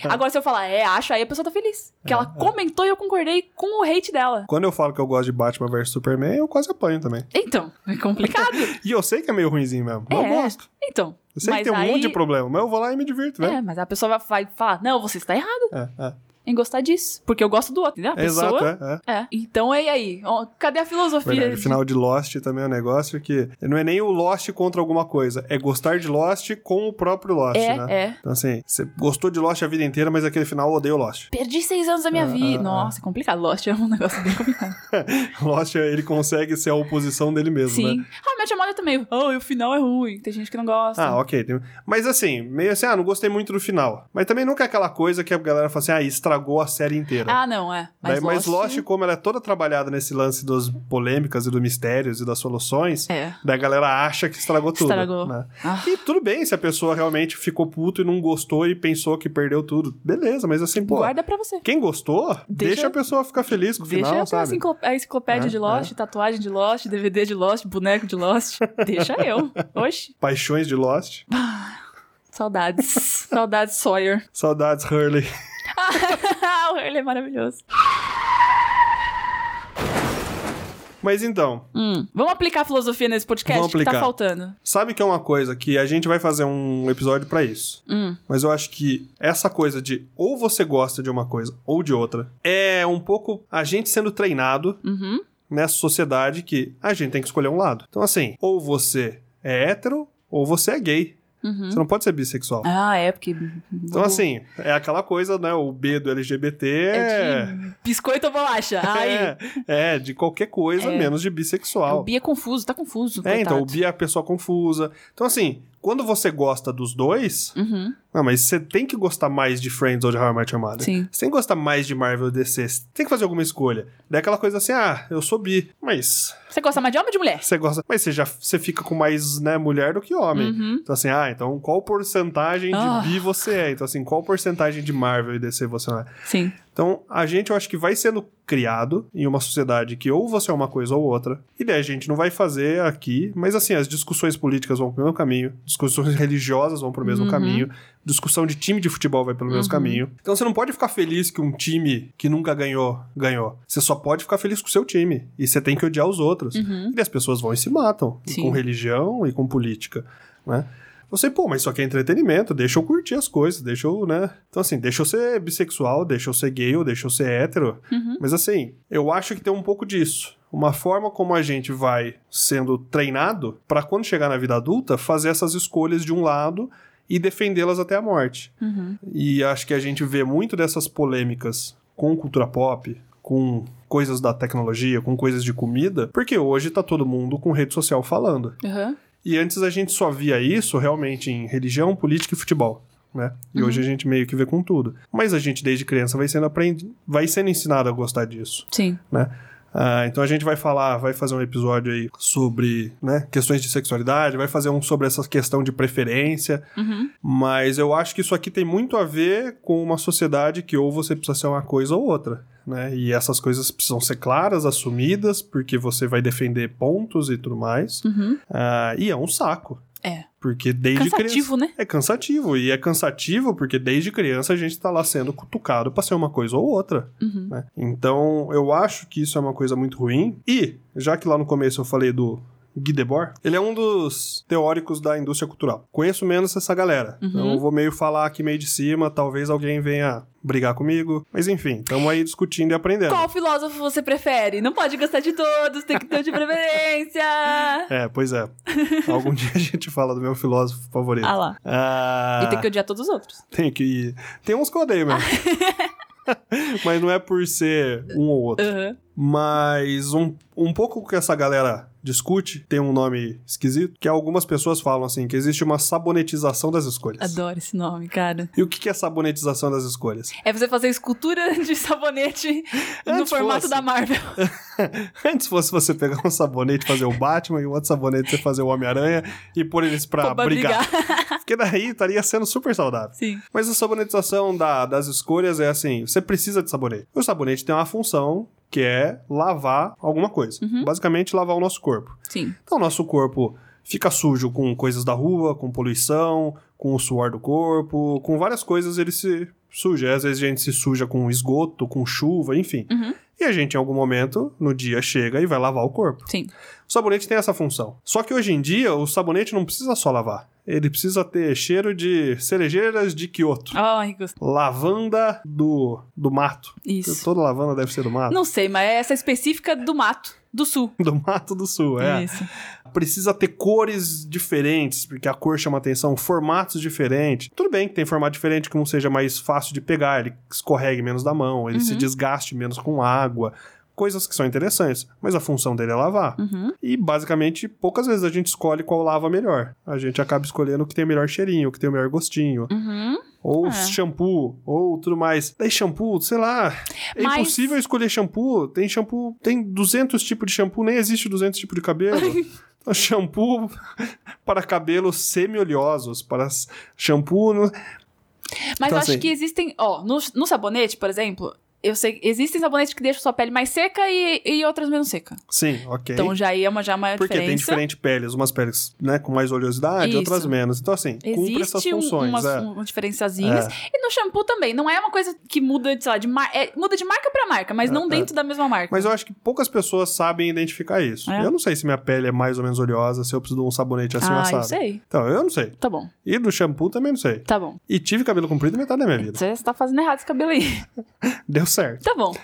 A: Agora, se eu falar, é, acho, aí a pessoa tá feliz.
B: É,
A: Porque ela comentou e eu concordei com o hate dela.
B: Quando eu falo que eu gosto de Batman vs Superman, eu quase apanho também.
A: Então, é complicado.
B: E eu sei que é meio ruimzinho mesmo. mas
A: É.
B: Eu gosto.
A: Então,
B: Eu sei
A: Mas
B: que tem um
A: aí-
B: monte de problema, mas eu vou lá e me divirto, né?
A: é, mas a pessoa vai vai falar, não, você está errado
B: É, é.
A: em gostar disso. Porque eu gosto do outro, entendeu? A pessoa...
B: Exato, é. é.
A: É, então é e aí. Ó, Cadê a filosofia?
B: Verdade, o
A: de-
B: final de Lost também é um negócio que não é nem o Lost contra alguma coisa, é gostar de Lost com o próprio Lost,
A: É,
B: né?
A: é.
B: Então, assim, você gostou de Lost a vida inteira, mas aquele final eu odeio Lost.
A: Perdi seis anos da minha
B: Ah,
A: vida.
B: ah, ah.
A: Nossa, é complicado. Lost é um negócio bem complicado.
B: Lost, ele consegue ser a oposição dele mesmo,
A: Sim.
B: né?
A: Ah, Match Moda também. Oh, e o final é ruim. Tem gente que não gosta.
B: Ah, ok. Tem- Mas assim, meio assim, ah, não gostei muito do final. Mas também nunca é aquela coisa que a galera fala assim, ah, estragou a série inteira.
A: Ah, não, é. Mas
B: Daí,
A: Lost...
B: Né, mas Lost, como ela é toda trabalhada nesse lance das polêmicas e dos mistérios e das soluções,
A: É.
B: daí a galera acha que estragou tudo.
A: Estragou.
B: né?
A: Ah.
B: E tudo bem se a pessoa realmente ficou puto e não gostou e pensou que perdeu tudo. Beleza, mas assim, pô,
A: Guarda pra você.
B: quem gostou, deixa,
A: Deixa-
B: a pessoa ficar feliz com o
A: Deixa
B: final,
A: eu
B: sabe?
A: enciclo- a enciclopédia
B: É,
A: de Lost, tatuagem de Lost, DVD de Lost, boneco de Lost. Deixa eu. Oxi.
B: Paixões de Lost.
A: Saudades. Saudades, Sawyer.
B: Saudades, Hurley.
A: o Hurley é maravilhoso.
B: Mas então,
A: Hum, Vamos aplicar a filosofia nesse podcast
B: Vamos
A: que tá
B: aplicar.
A: faltando.
B: sabe que é uma coisa que a gente vai fazer um episódio pra isso.
A: Hum.
B: Mas eu acho que essa coisa de ou você gosta de uma coisa ou de outra é um pouco a gente sendo treinado
A: Uhum.
B: nessa sociedade que a gente tem que escolher um lado. Então, assim, ou você é hétero ou você é gay.
A: Uhum.
B: Você não pode ser bissexual.
A: Ah, é, porque.
B: Então, assim, é aquela coisa, né? O B do LGBT
A: É
B: é.
A: de biscoito ou bolacha? Aí.
B: É, é, de qualquer coisa,
A: É.
B: menos de
A: O
B: bissexual.
A: Bia é confuso, tá confuso.
B: É, então, o
A: coitado.
B: bi é a pessoa confusa. Então, assim, quando você gosta dos dois.
A: Uhum.
B: Não, mas você tem que gostar mais de Friends ou de How I Met Your Mother.
A: Sim.
B: Você tem que gostar mais de Marvel ou DC. Você tem que fazer alguma escolha. Daí aquela coisa assim, ah, eu sou bi. Mas
A: Você gosta mais de homem ou de mulher?
B: você gosta. Mas você já você fica com mais, né, mulher do que homem.
A: Uhum.
B: Então, assim, ah, então qual porcentagem de
A: Ah.
B: bi você é? Então, assim, qual porcentagem de Marvel e DC você não é?
A: Sim.
B: Então, a gente, eu acho que vai sendo criado em uma sociedade que ou você é uma coisa ou outra, e daí a gente não vai fazer aqui, mas assim, as discussões políticas vão pro mesmo caminho, discussões religiosas vão pro mesmo
A: Uhum.
B: caminho, discussão de time de futebol vai pelo mesmo caminho. Então, você não pode ficar feliz que um time que nunca ganhou, ganhou. Você só pode ficar feliz com o seu time, e você tem que odiar os outros.
A: Uhum,
B: E as pessoas vão e se matam, e
A: Sim.
B: com religião e com política, né? Você, pô, mas isso aqui é entretenimento, deixa eu curtir as coisas, deixa eu, né? Então, assim, deixa eu ser bissexual, deixa eu ser gay, ou deixa eu ser hétero. Mas, assim, eu acho que tem um pouco disso. Uma forma como a gente vai sendo treinado pra quando chegar na vida adulta, fazer essas escolhas de um lado e defendê-las até a morte.
A: uhum.
B: E acho que a gente vê muito dessas polêmicas com cultura pop, com coisas da tecnologia, com coisas de comida, porque hoje tá todo mundo com rede social falando.
A: Uhum.
B: E antes a gente só via isso realmente em religião, política e futebol. Né? E hoje a gente meio que vê com tudo. Mas a gente, desde criança, vai sendo, aprendi... vai sendo ensinado a gostar disso.
A: Sim.
B: Né? Ah, então a gente vai falar, vai fazer um episódio aí sobre né, questões de sexualidade, vai fazer um sobre essa questão de preferência.
A: Uhum.
B: Mas eu acho que isso aqui tem muito a ver com uma sociedade que ou você precisa ser uma coisa ou outra. Né? E essas coisas precisam ser claras, assumidas, porque você vai defender pontos e tudo mais.
A: Uhum.
B: Ah, e é um saco.
A: É.
B: Porque desde criança.
A: Cansativo, né?
B: É cansativo. E é cansativo porque desde criança a gente tá lá sendo cutucado pra ser uma coisa ou outra.
A: Uhum.
B: né? Então eu acho que isso é uma coisa muito ruim. E, já que lá no começo eu falei do. Guy Debord, ele é um dos teóricos da indústria cultural. Conheço menos essa galera,
A: Uhum.
B: então eu vou meio falar aqui meio de cima, talvez alguém venha brigar comigo, mas enfim, estamos aí discutindo e aprendendo.
A: Qual filósofo você prefere? Não pode gostar de todos, tem que ter um de preferência.
B: É, pois é. Algum dia a gente fala do meu filósofo favorito.
A: Ah lá.
B: Ah,
A: E tem que odiar todos os outros.
B: tem que- tem uns que eu odeio mesmo. Mas não é por ser um ou outro.
A: Aham.
B: Mas um, um pouco que essa galera discute, tem um nome esquisito, que algumas pessoas falam assim, que existe uma sabonetização das escolhas.
A: Adoro esse nome, cara.
B: E o que que é sabonetização das escolhas?
A: É você fazer escultura de sabonete no
B: Antes
A: formato
B: fosse.
A: da Marvel.
B: Antes fosse você pegar um sabonete e fazer o Batman e o outro sabonete você fazer o Homem-Aranha e pôr eles pra
A: Pra
B: brigar. Porque daí estaria sendo super saudável.
A: Sim.
B: Mas a sabonetização da- das escolhas é assim: você precisa de sabonete. O sabonete tem uma função que é lavar alguma coisa. Basicamente, lavar o nosso corpo.
A: Sim.
B: Então, o nosso corpo fica sujo com coisas da rua, com poluição, com o suor do corpo, com várias coisas ele se suja. Às vezes a gente se suja com esgoto, com chuva, enfim.
A: Uhum.
B: E a gente, em algum momento, no dia, chega e vai lavar o corpo.
A: Sim.
B: O sabonete tem essa função. Só que hoje em dia, o sabonete não precisa só lavar. Ele precisa ter cheiro de cerejeiras de Kyoto.
A: Ai, gostoso.
B: Lavanda do, do mato.
A: Isso.
B: Toda lavanda deve ser do mato.
A: Não sei, mas é essa específica do mato, do sul.
B: Do mato do sul, é.
A: Isso.
B: Precisa ter cores diferentes, porque a cor chama atenção, formatos diferentes. Tudo bem que tem formato diferente que não seja mais fácil de pegar, ele escorregue menos da mão, ele se desgaste menos com água. Coisas que são interessantes, mas a função dele é lavar.
A: Uhum.
B: E basicamente, poucas vezes a gente escolhe qual lava melhor. A gente acaba escolhendo o que tem o melhor cheirinho, o que tem o melhor gostinho.
A: Uhum.
B: Ou
A: É.
B: shampoo, ou tudo mais. Daí shampoo, sei lá. É
A: Mas-
B: impossível escolher shampoo. Tem shampoo, tem 200 tipos de shampoo, nem existe 200 tipos de cabelo. Então, shampoo para cabelos semi-oleosos, para s- shampoo. no-
A: Mas
B: Então,
A: eu acho
B: assim-
A: que existem, ó, no, no sabonete, por exemplo, eu sei existem sabonetes que deixam sua pele mais seca e, e outras menos seca.
B: Sim, ok.
A: Então já aí é uma, já uma
B: Porque tem
A: diferença.
B: diferentes peles, umas peles né, com mais oleosidade,
A: Isso.
B: outras menos. Então, assim, cumpre essas
A: Existe um-
B: funções.
A: umas,
B: é.
A: umas diferençazinhas. E no shampoo também. Não é uma coisa que muda, de, sei lá, de mar... é, muda de marca pra marca, mas não dentro da mesma marca.
B: É, Mas eu acho que poucas pessoas sabem identificar isso.
A: É.
B: Eu não sei se minha pele é mais ou menos oleosa, se eu preciso de um sabonete assim
A: ah, eu
B: assado.
A: sei.
B: Então, eu não sei.
A: Tá bom,
B: E do shampoo também não sei.
A: tá bom.
B: E tive cabelo comprido metade da minha vida.
A: Você tá fazendo errado esse cabelo aí.
B: Deu certo.
A: Tá bom.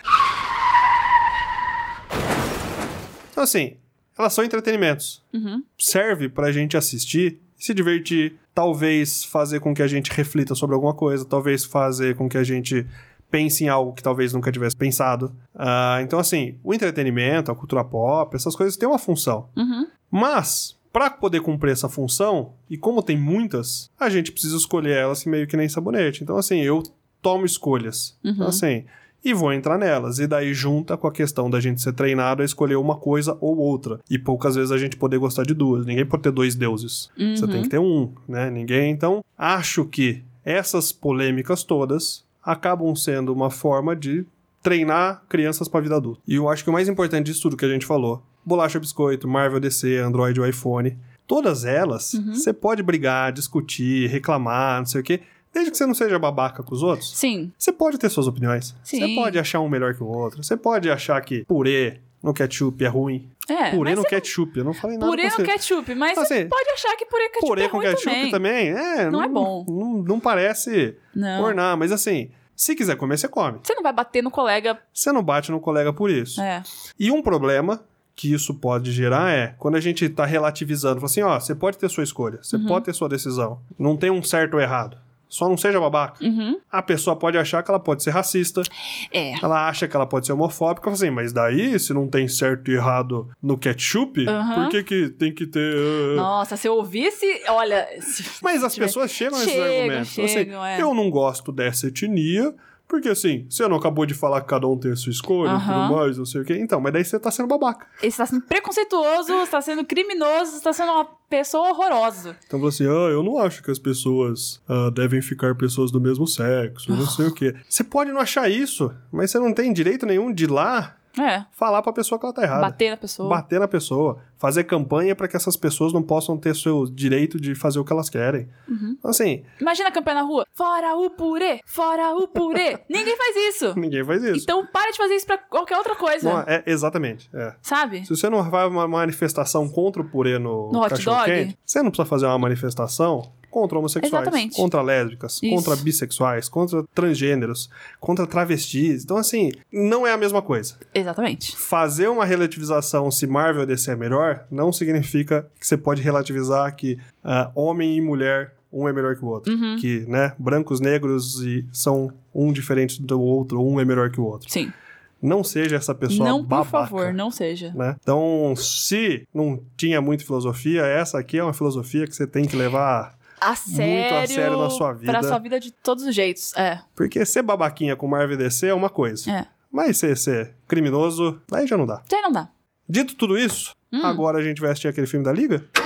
B: Então, assim, elas são entretenimentos.
A: Uhum.
B: Serve pra gente assistir, se divertir, talvez fazer com que a gente reflita sobre alguma coisa, talvez fazer com que a gente pense em algo que talvez nunca tivesse pensado. Ah, então, assim, o entretenimento, a cultura pop, essas coisas têm uma função.
A: Uhum.
B: Mas, para poder cumprir essa função, e como tem muitas, a gente precisa escolher elas que meio que nem sabonete. Então, assim, eu tomo escolhas. Então,
A: Uhum.
B: assim, e vou entrar nelas. E daí junta com a questão da gente ser treinado a escolher uma coisa ou outra. E poucas vezes a gente poder gostar de duas. Ninguém pode ter dois deuses.
A: uhum,
B: Você tem que ter um, né? Ninguém. Então, acho que essas polêmicas todas acabam sendo uma forma de treinar crianças pra vida adulta. E eu acho que o mais importante disso tudo que a gente falou, bolacha biscoito, Marvel DC, Android e iPhone, todas elas, você pode brigar, discutir, reclamar, não sei o quê, desde que você não seja babaca com os outros.
A: Sim.
B: Você pode ter suas opiniões.
A: Sim.
B: Você pode achar um melhor que o outro. Você pode achar que purê no ketchup é ruim.
A: É.
B: purê
A: mas
B: no
A: você-
B: ketchup, eu não falei nada
A: Purê
B: com
A: no
B: você.
A: ketchup, mas
B: Então,
A: você
B: assim,
A: pode achar que purê, ketchup
B: Purê
A: é
B: com
A: ruim
B: ketchup
A: também.
B: também, é,
A: Não é bom.
B: Não, não parece
A: Não.
B: ornar, mas assim, se quiser comer, você come.
A: Você não vai bater no colega.
B: Você não bate no colega por isso.
A: É.
B: E um problema que isso pode gerar é quando a gente tá relativizando, fala assim, ó, você pode ter sua escolha,
A: Uhum.
B: você pode ter sua decisão. Não tem um certo ou errado. Só não seja babaca.
A: Uhum.
B: A pessoa pode achar que ela pode ser racista,
A: É.
B: ela acha que ela pode ser homofóbica, fala assim, mas daí, se não tem certo e errado no ketchup,
A: Aham.
B: por que, que tem que ter. ah,
A: Nossa, se eu ouvisse. Olha. se-
B: Mas as
A: tiver-
B: pessoas chegam a esses
A: Chegam,
B: argumentos. Assim,
A: chegam, é.
B: Eu não gosto dessa etnia, porque assim, você não acabou de falar que cada um tem a sua escolha,
A: Aham.
B: tudo mais, não sei o quê. Então, mas daí você tá sendo babaca.
A: Ele está sendo preconceituoso, está sendo criminoso, está sendo uma pessoa horrorosa.
B: Então falou assim, ah, eu não acho que as pessoas ah, devem ficar pessoas do mesmo sexo, não sei o quê. Você pode não achar isso, mas você não tem direito nenhum de ir lá
A: É.
B: falar pra pessoa que ela tá errada.
A: Bater na pessoa.
B: Bater na pessoa, fazer campanha pra que essas pessoas não possam ter seu direito de fazer o que elas querem.
A: Uhum.
B: Então, assim,
A: Imagina a campanha na rua. Fora o purê! Fora o purê! Ninguém faz isso!
B: ninguém faz isso.
A: Então para de fazer isso pra qualquer outra coisa.
B: Não, é, exatamente, é.
A: Sabe?
B: Se você não vai uma manifestação contra o purê no,
A: No hot
B: cachorro
A: dog?
B: quente, você não precisa fazer uma manifestação contra homossexuais,
A: Exatamente.
B: contra lésbicas,
A: Isso.
B: contra bissexuais, contra transgêneros, contra travestis. Então, assim, não é a mesma coisa.
A: Exatamente.
B: Fazer uma relativização se Marvel ou DC é melhor não significa que você pode relativizar que ah, homem e mulher um é melhor que o outro,
A: Uhum.
B: que né, brancos, negros e são um diferente do outro, um é melhor que o outro.
A: Sim.
B: Não seja essa pessoa
A: não,
B: babaca.
A: por favor, não seja.
B: né? Então, se não tinha muito filosofia, essa aqui é uma filosofia que você tem que levar.
A: A sério.
B: sério na sua vida.
A: Pra sua vida de todos os jeitos. É,
B: Porque ser babaquinha com Marvel e DC é uma coisa.
A: é.
B: Mas ser, ser criminoso, aí já não dá.
A: Já não dá. Hum.
B: Dito tudo isso, agora a gente vai assistir aquele filme da Liga?